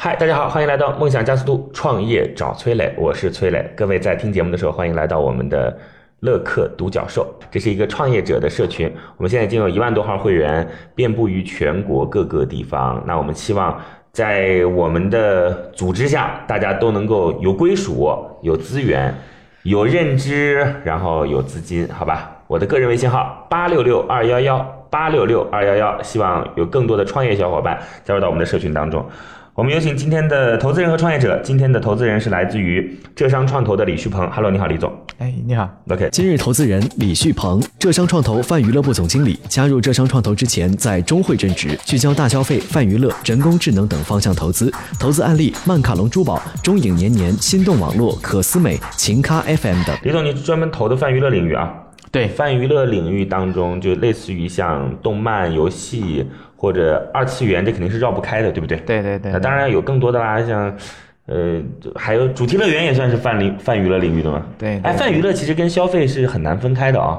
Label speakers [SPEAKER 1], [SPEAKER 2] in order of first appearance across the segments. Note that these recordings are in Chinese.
[SPEAKER 1] 嗨，大家好，欢迎来到梦想加速度创业找崔磊，我是崔磊。各位在听节目的时候，欢迎来到我们的乐客独角兽，这是一个创业者的社群。我们现在已经有一万多号会员，遍布于全国各个地方。那我们希望在我们的组织下，大家都能够有归属、有资源、有认知，然后有资金，好吧？我的个人微信号八六六二幺幺八六六二幺幺，希望有更多的创业小伙伴加入到我们的社群当中。我们有请今天的投资人和创业者。今天的投资人是来自于浙商创投的李旭鹏。Hello，你好，李总。
[SPEAKER 2] 哎，你好，
[SPEAKER 1] OK，
[SPEAKER 3] 今日投资人李旭鹏，浙商创投泛娱乐部总经理，加入浙商创投之前在中汇任职，聚焦大消费、泛娱乐、人工智能等方向投资。投资案例：曼卡龙珠宝、中影年年、心动网络、可思美、秦咖 FM 等。
[SPEAKER 1] 李总，你专门投的泛娱乐领域啊？
[SPEAKER 2] 对
[SPEAKER 1] 泛娱乐领域当中，就类似于像动漫、游戏或者二次元，这肯定是绕不开的，对不对？
[SPEAKER 2] 对对对
[SPEAKER 1] 那当然有更多的啦，像呃，还有主题乐园也算是泛领泛娱乐领域的嘛。
[SPEAKER 2] 对对
[SPEAKER 1] 哎，泛娱乐其实跟消费是很难分开的啊。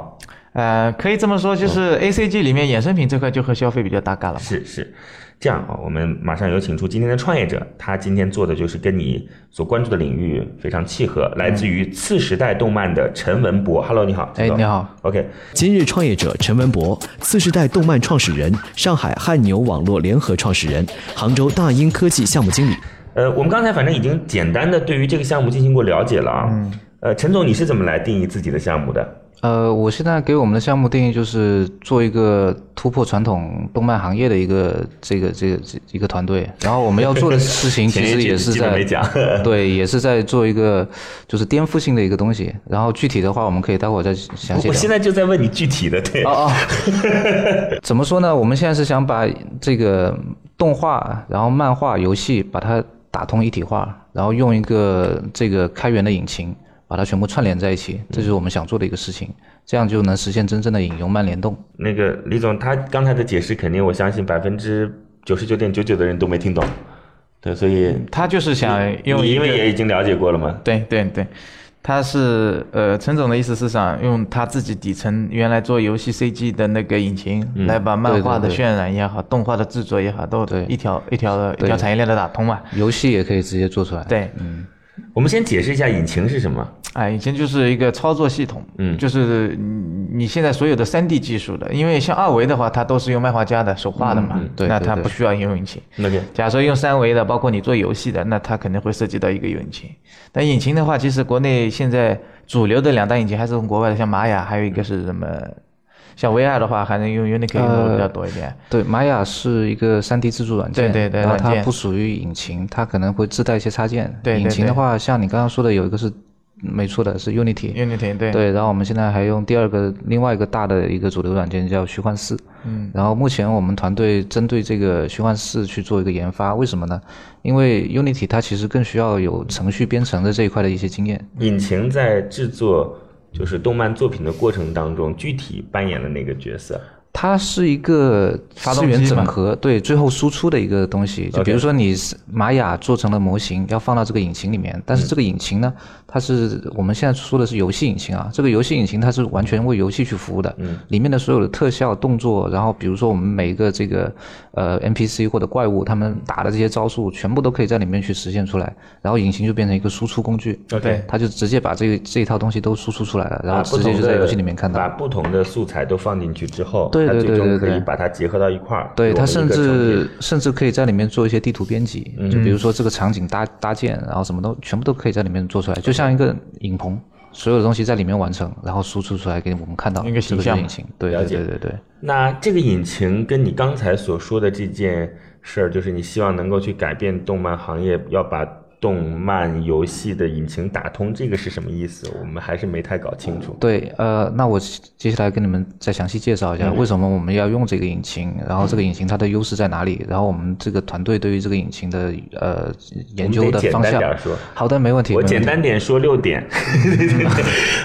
[SPEAKER 2] 呃，可以这么说，就是 A C G 里面衍生品这块就和消费比较搭嘎了嘛。
[SPEAKER 1] 是是，这样啊、我们马上有请出今天的创业者，他今天做的就是跟你所关注的领域非常契合，来自于次时代动漫的陈文博。Hello，你好。陈
[SPEAKER 2] 哎
[SPEAKER 1] 总
[SPEAKER 2] 你好。
[SPEAKER 1] OK，
[SPEAKER 3] 今日创业者陈文博，次世代动漫创始人，上海汉牛网络联合创始人，杭州大英科技项目经理。
[SPEAKER 1] 呃，我们刚才反正已经简单的对于这个项目进行过了解了啊。嗯。呃，陈总，你是怎么来定义自己的项目的？
[SPEAKER 4] 呃，我现在给我们的项目定义就是做一个突破传统动漫行业的一个这个这个这一个团队，然后我们要做的事情其
[SPEAKER 1] 前一
[SPEAKER 4] 实
[SPEAKER 1] 句
[SPEAKER 4] 也是
[SPEAKER 1] 基本
[SPEAKER 4] 在
[SPEAKER 1] 没讲
[SPEAKER 4] 对，也是在做一个就是颠覆性的一个东西。然后具体的话，我们可以待会儿再详
[SPEAKER 1] 我
[SPEAKER 4] 细
[SPEAKER 1] 我
[SPEAKER 4] 聊。
[SPEAKER 1] 现在就在问你具体的，对。
[SPEAKER 4] 哦哦， 怎么说呢？我们现在是想把这个动画，然后漫画、游戏把它打通一体化，然后用一个这个开源的引擎把它全部串联在一起，这就是我们想做的一个事情，这样就能实现真正的引用漫联动。
[SPEAKER 1] 那个李总，他刚才的解释肯定我相信百分之九十九点九九的人都没听懂，对，所以
[SPEAKER 2] 他就是想用
[SPEAKER 1] 你
[SPEAKER 2] 一
[SPEAKER 1] 因
[SPEAKER 2] 个
[SPEAKER 1] 为也已经了解过了嘛。
[SPEAKER 2] 对对对，他是呃，陈总的意思是想用他自己底层原来做游戏 CG 的那个引擎，来把漫
[SPEAKER 4] 对对
[SPEAKER 2] 画的
[SPEAKER 4] 对
[SPEAKER 2] 渲染也好，动画的制作也好，都
[SPEAKER 4] 对
[SPEAKER 2] 一条一条的一条
[SPEAKER 4] 对
[SPEAKER 2] 产业链的打通嘛。
[SPEAKER 4] 游戏也可以直接做出来。，
[SPEAKER 2] 对，
[SPEAKER 1] 我们先解释一下引擎是什么。
[SPEAKER 2] 哎，以前就是一个操作系统，
[SPEAKER 1] 嗯
[SPEAKER 2] 就是你你现在所有的三 D 技术的，因为像二维的话，它都是用漫画家的手画的嘛，
[SPEAKER 4] 对
[SPEAKER 2] 那
[SPEAKER 4] 对
[SPEAKER 2] 它
[SPEAKER 4] 对
[SPEAKER 2] 不需要应用引擎。
[SPEAKER 1] 那个
[SPEAKER 2] 假如说用三维的，包括你做游戏的，那它可能会涉及到一个引擎。但引擎的话，其实国内现在主流的两大引擎还是从国外的，像玛雅，还有一个是什么？像 VR 的话，还 能用 Unity 用的比较多一点。
[SPEAKER 4] 对，玛雅是一个 3D 自助软件，
[SPEAKER 2] 对对对
[SPEAKER 4] 然后
[SPEAKER 2] 软
[SPEAKER 4] 它
[SPEAKER 2] 件
[SPEAKER 4] 不属于引擎，它可能会自带一些插件。
[SPEAKER 2] 对对
[SPEAKER 4] 引擎的
[SPEAKER 2] 对
[SPEAKER 4] 话，像你刚刚说的，有一个是嗯没错的，是 Unity。
[SPEAKER 2] Unity 对
[SPEAKER 4] 对，然后我们现在还用第二个另外一个大的一个主流软件叫虚幻四，嗯，然后目前我们团队针对这个虚幻四去做一个研发，为什么呢？因为 Unity 它其实更需要有程序编程的这一块的一些经验。
[SPEAKER 1] 引擎在制作就是动漫作品的过程当中，具体扮演了哪个角色？
[SPEAKER 4] 它是一个
[SPEAKER 2] 发
[SPEAKER 4] 资
[SPEAKER 2] 动
[SPEAKER 4] 源
[SPEAKER 2] 机嘛
[SPEAKER 4] 整合，对，最后输出的一个东西。就比如说你是玛雅做成了模型，要放到这个引擎里面，但是这个引擎呢，它是我们现在说的是游戏引擎啊，这个游戏引擎它是完全为游戏去服务的，里面的所有的特效、动作，然后比如说我们每一个这个呃 NPC 或者怪物他们打的这些招数，全部都可以在里面去实现出来，然后引擎就变成一个输出工具。
[SPEAKER 1] OK
[SPEAKER 4] 它就直接把这个这一套东西都输出出来了，然后
[SPEAKER 1] 把不
[SPEAKER 4] 直接
[SPEAKER 1] 同
[SPEAKER 4] 就在
[SPEAKER 1] 的
[SPEAKER 4] 游戏里面看到。
[SPEAKER 1] 把不同的素材都放进去之后，
[SPEAKER 4] 对对
[SPEAKER 1] 它最
[SPEAKER 4] 对
[SPEAKER 1] 终
[SPEAKER 4] 对
[SPEAKER 1] 可以
[SPEAKER 4] 对
[SPEAKER 1] 把它结合到一块儿。
[SPEAKER 4] 对
[SPEAKER 1] 有
[SPEAKER 4] 它
[SPEAKER 1] 一个
[SPEAKER 4] 甚
[SPEAKER 1] 成品
[SPEAKER 4] 至甚至可以在里面做一些地图编辑，就比如
[SPEAKER 1] 嗯
[SPEAKER 4] 说这个场景搭搭建，然后什么都全部都可以在里面做出来，就像一个影棚，所有的东西在里面完成，然后输出出来给我们看到
[SPEAKER 2] 一个
[SPEAKER 4] 这
[SPEAKER 2] 形
[SPEAKER 4] 个
[SPEAKER 2] 象
[SPEAKER 4] 是
[SPEAKER 2] 嘛
[SPEAKER 4] 引擎。对
[SPEAKER 1] 了
[SPEAKER 4] 对
[SPEAKER 1] 解
[SPEAKER 4] 对对对。
[SPEAKER 1] 那这个引擎跟你刚才所说的这件事儿，就是你希望能够去改变动漫行业，要把动漫游戏的引擎打通，这个是什么意思？我们还是没太搞清楚。
[SPEAKER 4] 对，呃，那我接下来跟你们再详细介
[SPEAKER 1] 嗯
[SPEAKER 4] 绍一下为什么我们要用这个引擎，然后这个引擎它的优势在哪里，然后我们这个团队对于这个引擎的呃研究的
[SPEAKER 1] 我
[SPEAKER 4] 方
[SPEAKER 1] 们得简单
[SPEAKER 4] 向
[SPEAKER 1] 点说。
[SPEAKER 4] 好的，没问题。
[SPEAKER 1] 我
[SPEAKER 4] 没问
[SPEAKER 1] 简
[SPEAKER 4] 题
[SPEAKER 1] 单点说六 点，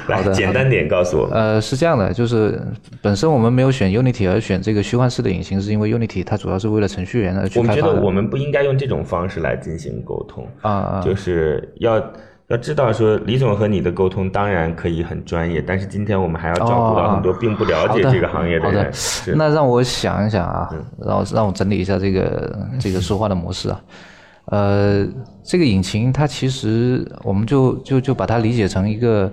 [SPEAKER 1] 来
[SPEAKER 4] 好的
[SPEAKER 1] 简单点告诉我们。
[SPEAKER 4] 呃，是这样的，就是本身我们没有选 Unity 而选这个虚幻式的引擎，是因为 Unity 它主要是为了程序员而去
[SPEAKER 1] 我们
[SPEAKER 4] 开
[SPEAKER 1] 觉
[SPEAKER 4] 发
[SPEAKER 1] 得
[SPEAKER 4] 的
[SPEAKER 1] 我们不应该用这种方式来进行沟通，
[SPEAKER 4] 啊啊，
[SPEAKER 1] 就是要要知道说，李总和你的沟通当然可以很专业，但是今天我们还要照顾到很多
[SPEAKER 4] 哦
[SPEAKER 1] 并不了解
[SPEAKER 4] 好的
[SPEAKER 1] 这个行业
[SPEAKER 4] 好
[SPEAKER 1] 人
[SPEAKER 4] 的。
[SPEAKER 1] 是嗯
[SPEAKER 4] 那让我想一想啊，让我让我整理一下这个这个说话的模式啊。呃，这个引擎它其实我们就就就把它理解成一个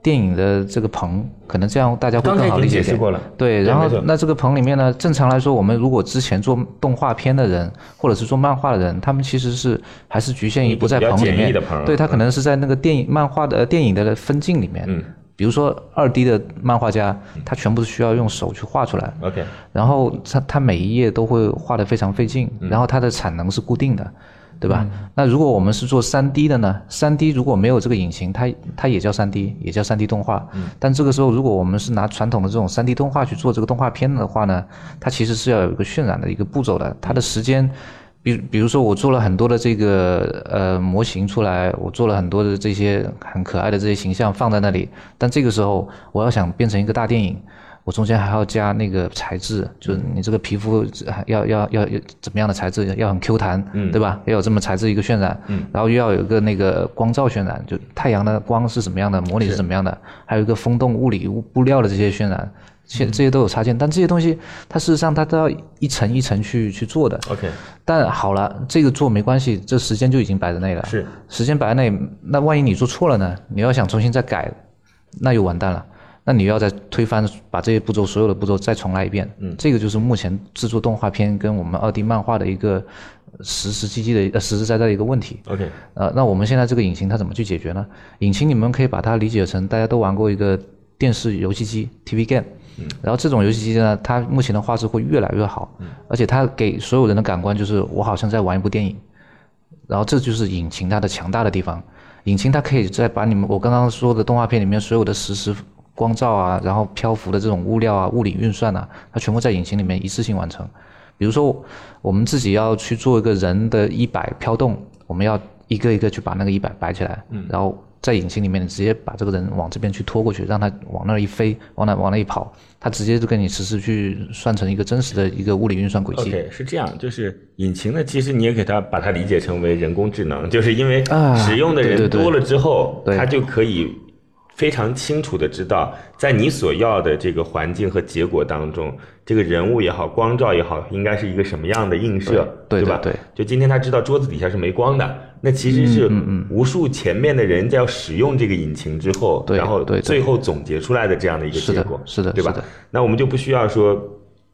[SPEAKER 4] 电影的这个棚，可能这样大家会
[SPEAKER 1] 刚才
[SPEAKER 4] 更
[SPEAKER 1] 已
[SPEAKER 4] 好
[SPEAKER 1] 经
[SPEAKER 4] 理
[SPEAKER 1] 解
[SPEAKER 4] 解
[SPEAKER 1] 释
[SPEAKER 4] 点。
[SPEAKER 1] 过了，
[SPEAKER 4] 对，然
[SPEAKER 1] 没
[SPEAKER 4] 后
[SPEAKER 1] 错
[SPEAKER 4] 那这个棚里面呢，正常来说，我们如果之前做动画片的人，或者是做漫画的人，他们其实是还是局限于不在
[SPEAKER 1] 嗯比较
[SPEAKER 4] 棚里
[SPEAKER 1] 简易
[SPEAKER 4] 面
[SPEAKER 1] 的棚
[SPEAKER 4] 对他可能是在那个电影、漫画的呃电影的分镜里面。
[SPEAKER 1] 嗯
[SPEAKER 4] 比如说二 D 的漫画家，他全部是需要用手去画出来，
[SPEAKER 1] ，OK，
[SPEAKER 4] 然后他他每一页都会画得非常费劲，然后它的产能是固定的，对吧？那如果我们是做三 D 的呢？三 D 如果没有这个引擎，它它也叫三 D，也叫三 D 动画。但这个时候，如果我们是拿传统的这种三 D 动画去做这个动画片的话呢，它其实是要有一个渲染的一个步骤的，它的时间。比比如说，我做了很多的这个呃模型出来，我做了很多的这些很可爱的这些形象放在那里，但这个时候我要想变成一个大电影，我中间还要加那个材质，
[SPEAKER 1] 嗯
[SPEAKER 4] 就是你这个皮肤要要要要怎么样的材质，要很 Q 弹，
[SPEAKER 1] 嗯
[SPEAKER 4] 对吧？要有这么材质一个渲染，
[SPEAKER 1] 嗯
[SPEAKER 4] 然后又要有一个那个光照渲染，就太阳的光是什么样的，模拟是怎么样的，还有一个风洞物理物布料的这些渲染，
[SPEAKER 1] 嗯
[SPEAKER 4] 这这些都有插件，但这些东西它事实上它都要一层一层去去做的，
[SPEAKER 1] OK，
[SPEAKER 4] 但好了，这个做没关系，这时间就已经摆在那里了。
[SPEAKER 1] 是，
[SPEAKER 4] 时间摆在那里，那万一你做错了呢？你要想重新再改，那又完蛋了。那你又要再推翻，把这些步骤所有的步骤再重来一遍。嗯，这个就是目前制作动画片跟我们二 D 漫画的一个实实际际的、呃实实在在的一个问题。
[SPEAKER 1] OK，
[SPEAKER 4] 呃，那我们现在这个引擎它怎么去解决呢？引擎你们可以把它理解成大家都玩过一个电视游戏机 TV game，、然后这种游戏机呢，它目前的画质会越来越好，而且它给所有人的感官就是我好像在玩一部电影，然后这就是引擎它的强大的地方。引擎它可以再把你们我刚刚说的动画片里面所有的实时光照啊，然后漂浮的这种物料啊、物理运算啊，它全部在引擎里面一次性完成。比如说，我们自己要去做一个人的衣摆飘动，我们要一个一个去把那个衣摆摆起来，然后在引擎里面你直接把这个人往这边去拖过去，让他往那儿一飞，往那往那一跑，他直接就跟你实时去算成一个真实的一个物理运算轨迹。
[SPEAKER 1] OK，是这样，就是引擎呢，其实你也给它把它理解成为人工智能，就是因为
[SPEAKER 4] 啊
[SPEAKER 1] 使用的
[SPEAKER 4] 对
[SPEAKER 1] 人
[SPEAKER 4] 对对
[SPEAKER 1] 多了之后，
[SPEAKER 4] 对
[SPEAKER 1] 它就可以非常清楚的知道，在你所要的这个环境和结果当中，这个人物也好，光照也好，应该是一个什么样的映射，
[SPEAKER 4] 对对
[SPEAKER 1] 吧？
[SPEAKER 4] 对对嗯
[SPEAKER 1] 就今天他知道桌子底下是没光的，那其实是无数前面的人在使用这个引擎之后，
[SPEAKER 4] 对
[SPEAKER 1] 然后
[SPEAKER 4] 对对
[SPEAKER 1] 最后总结出来的这样的一个
[SPEAKER 4] 是
[SPEAKER 1] 结
[SPEAKER 4] 的
[SPEAKER 1] 果，
[SPEAKER 4] 是的
[SPEAKER 1] 对吧
[SPEAKER 4] 是的？
[SPEAKER 1] 那我们就不需要说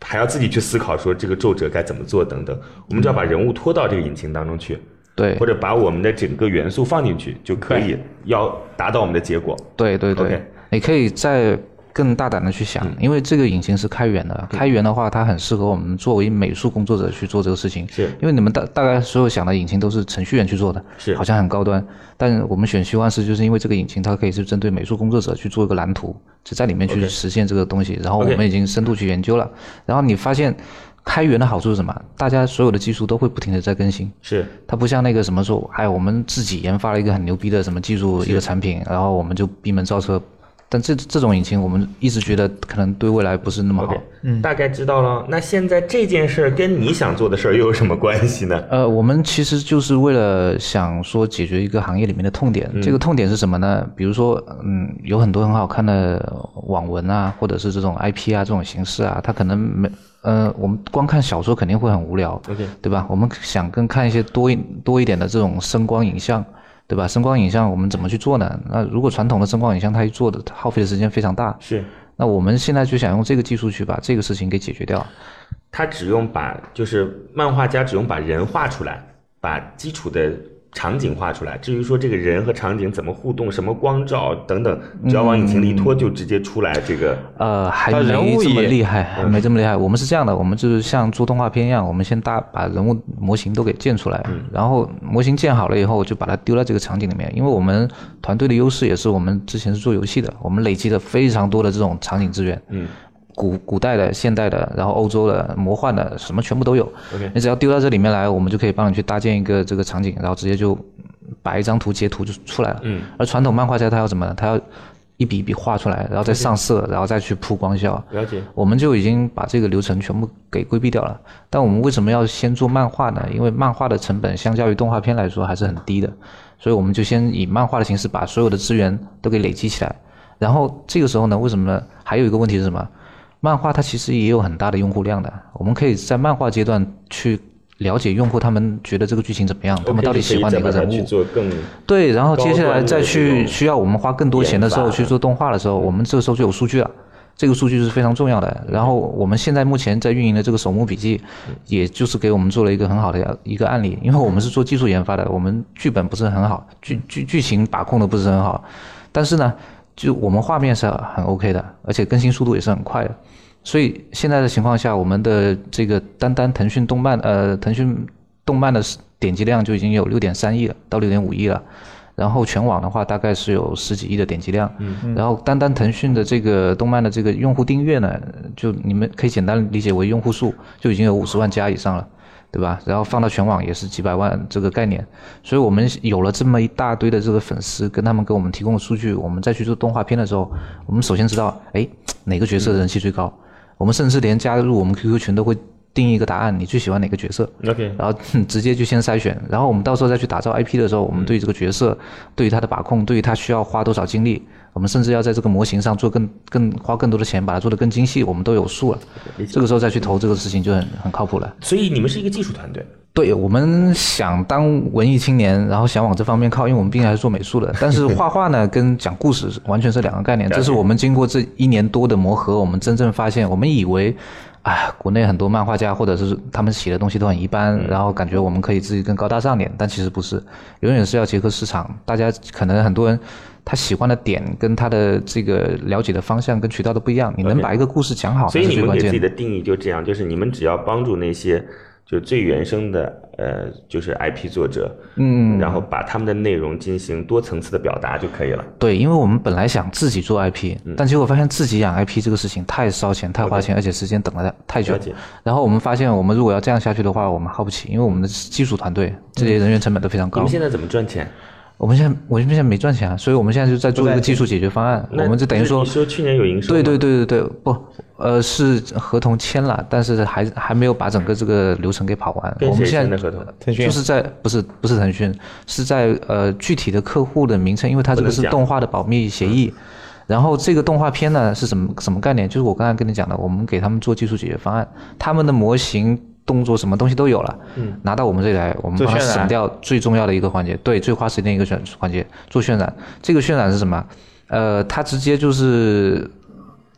[SPEAKER 1] 还要自己去思考说这个皱褶该怎么做等等，我们只要把人物拖到这个引擎当中去，
[SPEAKER 4] 对
[SPEAKER 1] 或者把我们的整个元素放进去就可以，要达到我们的结果。
[SPEAKER 4] 对对对
[SPEAKER 1] OK 嗯
[SPEAKER 4] 你可以再更大胆的去想，因为这个引擎是开源的，开源的话，它很适合我们作为美术工作者去做这个事情。
[SPEAKER 1] 是
[SPEAKER 4] 因为你们大大概所有想的引擎都是程序员去做的，
[SPEAKER 1] 是
[SPEAKER 4] 好像很高端，但我们选虚幻式就是因为这个引擎它可以是针对美术工作者去做一个蓝图，就在里面去
[SPEAKER 1] OK
[SPEAKER 4] 实现这个东西。然后我
[SPEAKER 1] OK
[SPEAKER 4] 们已经深度去研究了，然后你发现开源的好处是什么？大家所有的技术都会不停的在更新。
[SPEAKER 1] 是
[SPEAKER 4] 它不像那个什么说，哎，我们自己研发了一个很牛逼的什么技术一个产品，然后我们就闭门造车。但这这种引擎，我们一直觉得可能对未来不是那么好。
[SPEAKER 1] OK，大概知道了。那现在这件事儿跟你想做的事儿又有什么关系呢？
[SPEAKER 4] 呃，我们其实就是为了想说解决一个行业里面的痛点。这个痛点是什么呢？比如说，嗯，有很多很好看的网文啊，或者是这种 IP 啊这种形式啊，它可能没，呃，我们光看小说肯定会很无聊
[SPEAKER 1] OK
[SPEAKER 4] 对吧？我们想更看一些多一多一点的这种声光影像。对吧？声光影像我们怎么去做呢？那如果传统的声光影像，它一做的它耗费的时间非常大。
[SPEAKER 1] 是
[SPEAKER 4] 那我们现在就想用这个技术去把这个事情给解决掉。
[SPEAKER 1] 他只用把就是漫画家只用把人画出来，把基础的场景画出来。至于说这个人和场景怎么互动，什么光照等等，
[SPEAKER 4] 嗯
[SPEAKER 1] 只要往引擎里一拖，就直接出来这个。
[SPEAKER 4] 呃，还
[SPEAKER 2] 它人
[SPEAKER 4] 没
[SPEAKER 2] 物
[SPEAKER 4] 这么
[SPEAKER 2] 也嗯
[SPEAKER 4] 厉害，还没这么厉害。我们是这样的，我们就是像做动画片一样，我们先大把人物模型都给建出来，
[SPEAKER 2] 嗯
[SPEAKER 4] 然后模型建好了以后，就把它丢到这个场景里面。因为我们团队的优势也是我们之前是做游戏的，我们累积了非常多的这种场景资源，嗯，古古代的、现代的，然后欧洲的、魔幻的，什么全部都有。
[SPEAKER 1] OK
[SPEAKER 4] 你只要丢到这里面来，我们就可以帮你去搭建一个这个场景，然后直接就摆一张图截图就出来了。
[SPEAKER 1] 嗯，
[SPEAKER 4] 而传统漫画家他要怎么呢？他要一笔一笔画出来，然后再上色，然后再去铺光效。
[SPEAKER 1] 了解，
[SPEAKER 4] 我们就已经把这个流程全部给规避掉了。但我们为什么要先做漫画呢？因为漫画的成本相较于动画片来说还是很低的，所以我们就先以漫画的形式把所有的资源都给累积起来。然后这个时候呢，为什么还有一个问题是什么？漫画它其实也有很大的用户量的，我们可以在漫画阶段去了解用户他们觉得这个剧情怎么样，他们到底喜欢哪
[SPEAKER 1] 可
[SPEAKER 4] 个人
[SPEAKER 1] 以再把它去
[SPEAKER 4] 物。
[SPEAKER 1] 做更
[SPEAKER 4] 对，然后
[SPEAKER 1] 高
[SPEAKER 4] 接下来
[SPEAKER 1] 端的
[SPEAKER 4] 再
[SPEAKER 1] 这
[SPEAKER 4] 去
[SPEAKER 1] 种
[SPEAKER 4] 需要我们花更多钱的时候
[SPEAKER 1] 研发嗯
[SPEAKER 4] 去做动画的时候，我们这个时候就有数据了。这个数据是非常重要的。然后我们现在目前在运营的这个守墓笔记，
[SPEAKER 1] 嗯
[SPEAKER 4] 也就是给我们做了一个很好的一个案例，因为我们是做技术研发的，我们剧本不是很好，剧剧剧情把控的不是很好，但是呢，就我们画面是很 OK 的，而且更新速度也是很快的。所以现在的情况下，我们的这个单单腾讯动漫，呃，腾讯动漫的点击量就已经有六点三亿了，到六点五亿了。然后全网的话，大概是有十几亿的点击量。嗯，然后单单腾讯的这个动漫的这个用户订阅呢，就你们可以简单理解为用户数就已经有五十万加以上了，对吧？然后放到全网也是几百万这个概念，所以我们有了这么一大堆的这个粉丝，跟他们给我们提供的数据，我们再去做动画片的时候，我们首先知道，哎，哪个角色人气最高？我们甚至连加入我们 QQ 群都会定一个答案，你最喜欢哪个角色？
[SPEAKER 1] OK。
[SPEAKER 4] 然后哼直接就先筛选，然后我们到时候再去打造 IP 的时候，我们对这个角色、对于他的把控、对于他需要花多少精力，我们甚至要在这个模型上做更更花更多的钱，把它做得更精细，我们都有数了。这个时候再去投这个事情就很很靠谱了。
[SPEAKER 1] 所以你们是一个技术团队，
[SPEAKER 4] 对我们想当文艺青年，然后想往这方面靠，因为我们毕竟还是做美术的。但是画画呢，跟讲故事是完全是两个概念。
[SPEAKER 1] 了解
[SPEAKER 4] 这是我们经过这一年多的磨合，我们真正发现，我们以为，哎，国内很多漫画家或者是他们写的东西都很一般，然后感觉我们可以自己更高大上点，但其实不是，永远是要结合市场。大家可能很多人他喜欢的点跟他的这个了解的方向跟渠道都不一样。你能
[SPEAKER 1] OK
[SPEAKER 4] 把一个故事讲好，
[SPEAKER 1] 所以
[SPEAKER 4] 才是
[SPEAKER 1] 你
[SPEAKER 4] 最
[SPEAKER 1] 们
[SPEAKER 4] 关
[SPEAKER 1] 给自
[SPEAKER 4] 键
[SPEAKER 1] 己
[SPEAKER 4] 的。
[SPEAKER 1] 的定义就这样，就是你们只要帮助那些就最原生的呃，就是 IP 作者，嗯，然后把他们的内容进行多层次的表达就可以了。
[SPEAKER 4] 对，因为我们本来想自己
[SPEAKER 1] 嗯
[SPEAKER 4] 做 IP，、但结果发现自己养 IP 这个事情太烧钱、太花钱，而且时间等了太久
[SPEAKER 1] 了解。
[SPEAKER 4] 然后我们发现，我们如果要这样下去的话，我们耗不起，因为我们的技术团队这些人员成本都非常
[SPEAKER 1] 嗯你
[SPEAKER 4] 高。
[SPEAKER 1] 们现在怎么赚钱？
[SPEAKER 4] 我们现在我们现在没赚钱啊，所以我们现在就在做一个技术解决方案。我
[SPEAKER 1] 那
[SPEAKER 4] 们就等于
[SPEAKER 1] 不是
[SPEAKER 4] 说
[SPEAKER 1] 你，说去年有营收吗，
[SPEAKER 4] 对对对对对，不，呃，是合同签了，但是还还没有把整个这个流程给跑完。
[SPEAKER 1] 跟
[SPEAKER 4] 我
[SPEAKER 1] 谁
[SPEAKER 4] 们现
[SPEAKER 1] 签
[SPEAKER 4] 在
[SPEAKER 1] 的合同？
[SPEAKER 2] 腾讯
[SPEAKER 4] 就是在不是不是腾讯，是在呃具体的客户的名称，因为它这个
[SPEAKER 1] 不
[SPEAKER 4] 是
[SPEAKER 1] 能讲嗯
[SPEAKER 4] 动画的保密协议。然后这个动画片呢是什么什么概念？就是我刚才跟你讲的，我们给他们做技术解决方案，他们的模型、动作什么东西都有了，嗯，拿到我们这里来，我们
[SPEAKER 2] 做
[SPEAKER 4] 帮他
[SPEAKER 2] 渲染
[SPEAKER 4] 省掉最重要的一个环节，对，最花时间的一个选环节做渲染。这个渲染是什么？呃，它直接就是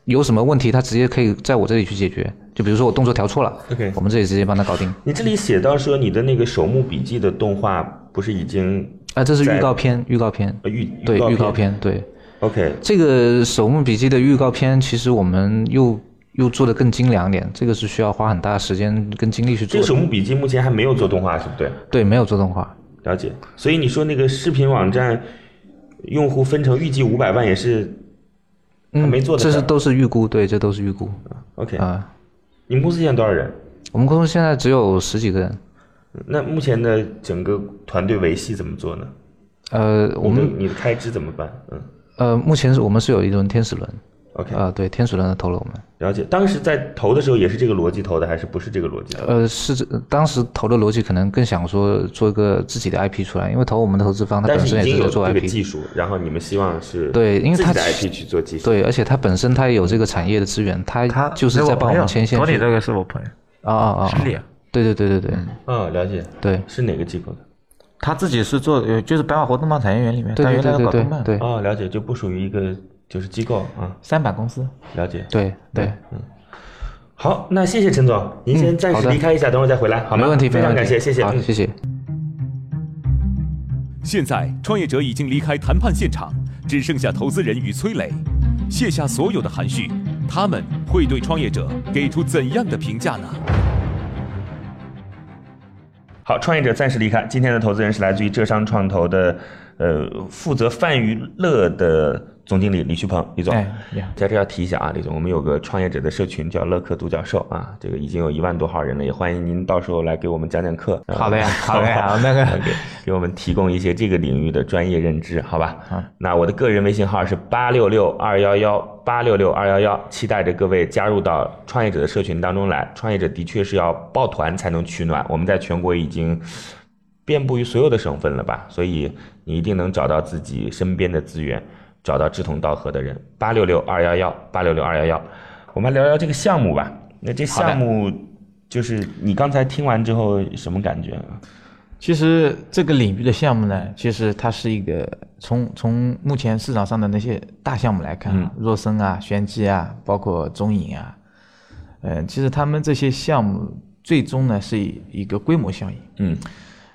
[SPEAKER 4] 有什么问题，它直接可以在我这里去解决。就比如说我动作调错了
[SPEAKER 1] OK
[SPEAKER 4] 我们这里直接帮他搞定。
[SPEAKER 1] 你这里写到说你的那个《守墓笔记》的动画不是已经
[SPEAKER 4] 啊，这是
[SPEAKER 1] 在
[SPEAKER 4] 预告片，预告片，
[SPEAKER 1] 呃预
[SPEAKER 4] 对，预
[SPEAKER 1] 告
[SPEAKER 4] 告片，对。
[SPEAKER 1] ？OK，
[SPEAKER 4] 这个《守墓笔记》的预告片，其实我们又又做的更精良点，这个是需要花很大时间跟精力去
[SPEAKER 1] 这
[SPEAKER 4] 做
[SPEAKER 1] 个《守
[SPEAKER 4] 的。
[SPEAKER 1] 墓笔记》目前还没有做动画，是不对？
[SPEAKER 4] 对，没有做动画。
[SPEAKER 1] 了解。所以你说那个视频网站用户分成预计五百万也是还
[SPEAKER 4] 嗯，
[SPEAKER 1] 没做的事
[SPEAKER 4] 这
[SPEAKER 1] 儿，
[SPEAKER 4] 是都是预估，对，这都是预估
[SPEAKER 1] OK
[SPEAKER 4] 啊、
[SPEAKER 1] 你们公司现在多少人？
[SPEAKER 4] 我们公司现在只有十几个人，
[SPEAKER 1] 那目前的整个团队维系怎么做呢？
[SPEAKER 4] 呃，我
[SPEAKER 1] 你的
[SPEAKER 4] 们
[SPEAKER 1] 你的开支怎么办？嗯
[SPEAKER 4] 呃，目前是我们是有一轮天使轮，
[SPEAKER 1] ，OK，
[SPEAKER 4] 啊、对，天使轮的投了我们，
[SPEAKER 1] 了解。当时在投的时候也是这个逻辑投的，还是不是这个逻辑投的？
[SPEAKER 4] 呃，是这当时投的逻辑可能更想说做一个自己的 IP 出来，因为投我们的投资方他
[SPEAKER 1] 但
[SPEAKER 4] 本
[SPEAKER 1] 是
[SPEAKER 4] 身
[SPEAKER 1] 已
[SPEAKER 4] 也
[SPEAKER 1] 经
[SPEAKER 4] 是
[SPEAKER 1] 有
[SPEAKER 4] 在做
[SPEAKER 1] 这个
[SPEAKER 4] IP，
[SPEAKER 1] 技术，然后你们希望是
[SPEAKER 4] 对因为
[SPEAKER 1] 自己
[SPEAKER 4] 它
[SPEAKER 1] 的
[SPEAKER 4] 其
[SPEAKER 1] IP 去做技术。
[SPEAKER 4] 对，而且他本身他也有这个产业的资源，他
[SPEAKER 2] 他哎
[SPEAKER 4] 就是在帮我们牵线
[SPEAKER 2] 托
[SPEAKER 4] 去。
[SPEAKER 2] 你这个是我朋友，
[SPEAKER 4] 啊啊啊！
[SPEAKER 2] 陈里
[SPEAKER 4] 啊对对对对对
[SPEAKER 1] 嗯，了解。
[SPEAKER 4] 对
[SPEAKER 1] 是哪个机构的？
[SPEAKER 2] 他自己是做呃就是白马活动贸产业园里面，
[SPEAKER 4] 对
[SPEAKER 2] 他
[SPEAKER 4] 对
[SPEAKER 2] 原来
[SPEAKER 4] 对
[SPEAKER 2] 搞动
[SPEAKER 4] 对
[SPEAKER 2] 漫，
[SPEAKER 4] 对
[SPEAKER 1] 哦，了解，就不属于一个就是机构啊、
[SPEAKER 2] 三板公司。
[SPEAKER 1] 了解。
[SPEAKER 4] 对对，
[SPEAKER 1] 好，那谢谢陈总，您先暂
[SPEAKER 4] 嗯好
[SPEAKER 1] 时
[SPEAKER 4] 的
[SPEAKER 1] 离开一下，等会儿再回来，好吗？
[SPEAKER 4] 没问题，
[SPEAKER 1] 非
[SPEAKER 4] 没
[SPEAKER 1] 常
[SPEAKER 4] 问
[SPEAKER 1] 感
[SPEAKER 4] 题
[SPEAKER 1] 谢，谢谢，
[SPEAKER 4] 好，
[SPEAKER 1] 嗯
[SPEAKER 4] 谢谢。
[SPEAKER 5] 现在，创业者已经离开谈判现场，只剩下投资人与崔磊，卸下所有的含蓄，他们会对创业者给出怎样的评价呢？
[SPEAKER 1] 好，创业者暂时离开。今天的投资人是来自于浙商创投的，呃，负责泛娱乐的总经理李旭鹏，李总。
[SPEAKER 2] 哎呀
[SPEAKER 1] 在这要提一下啊，李总，我们有个创业者的社群叫乐客独角兽啊，这个已经有一万多号人了，也欢迎您到时候来给我们讲讲课。
[SPEAKER 2] 好的呀好的呀啊那个
[SPEAKER 1] 呃给给我们提供一些这个领域的专业认知，好吧？
[SPEAKER 2] 好
[SPEAKER 1] 那我的个人微信号是八六六二幺幺八六六二幺幺，期待着各位加入到创业者的社群当中来。创业者的确是要抱团才能取暖，我们在全国已经遍布于所有的省份了吧？所以你一定能找到自己身边的资源，找到志同道合的人。八六六二幺幺八六六二幺幺，我们来聊聊这个项目吧。那这项目就是你刚才听完之后什么感觉啊？
[SPEAKER 2] 其实这个领域的项目呢，其实它是一个从从目前市场上的那些大项目来看啊，若森啊、玄机啊，包括中影啊，呃，其实他们这些项目最终呢是以一个规模效应。
[SPEAKER 1] 嗯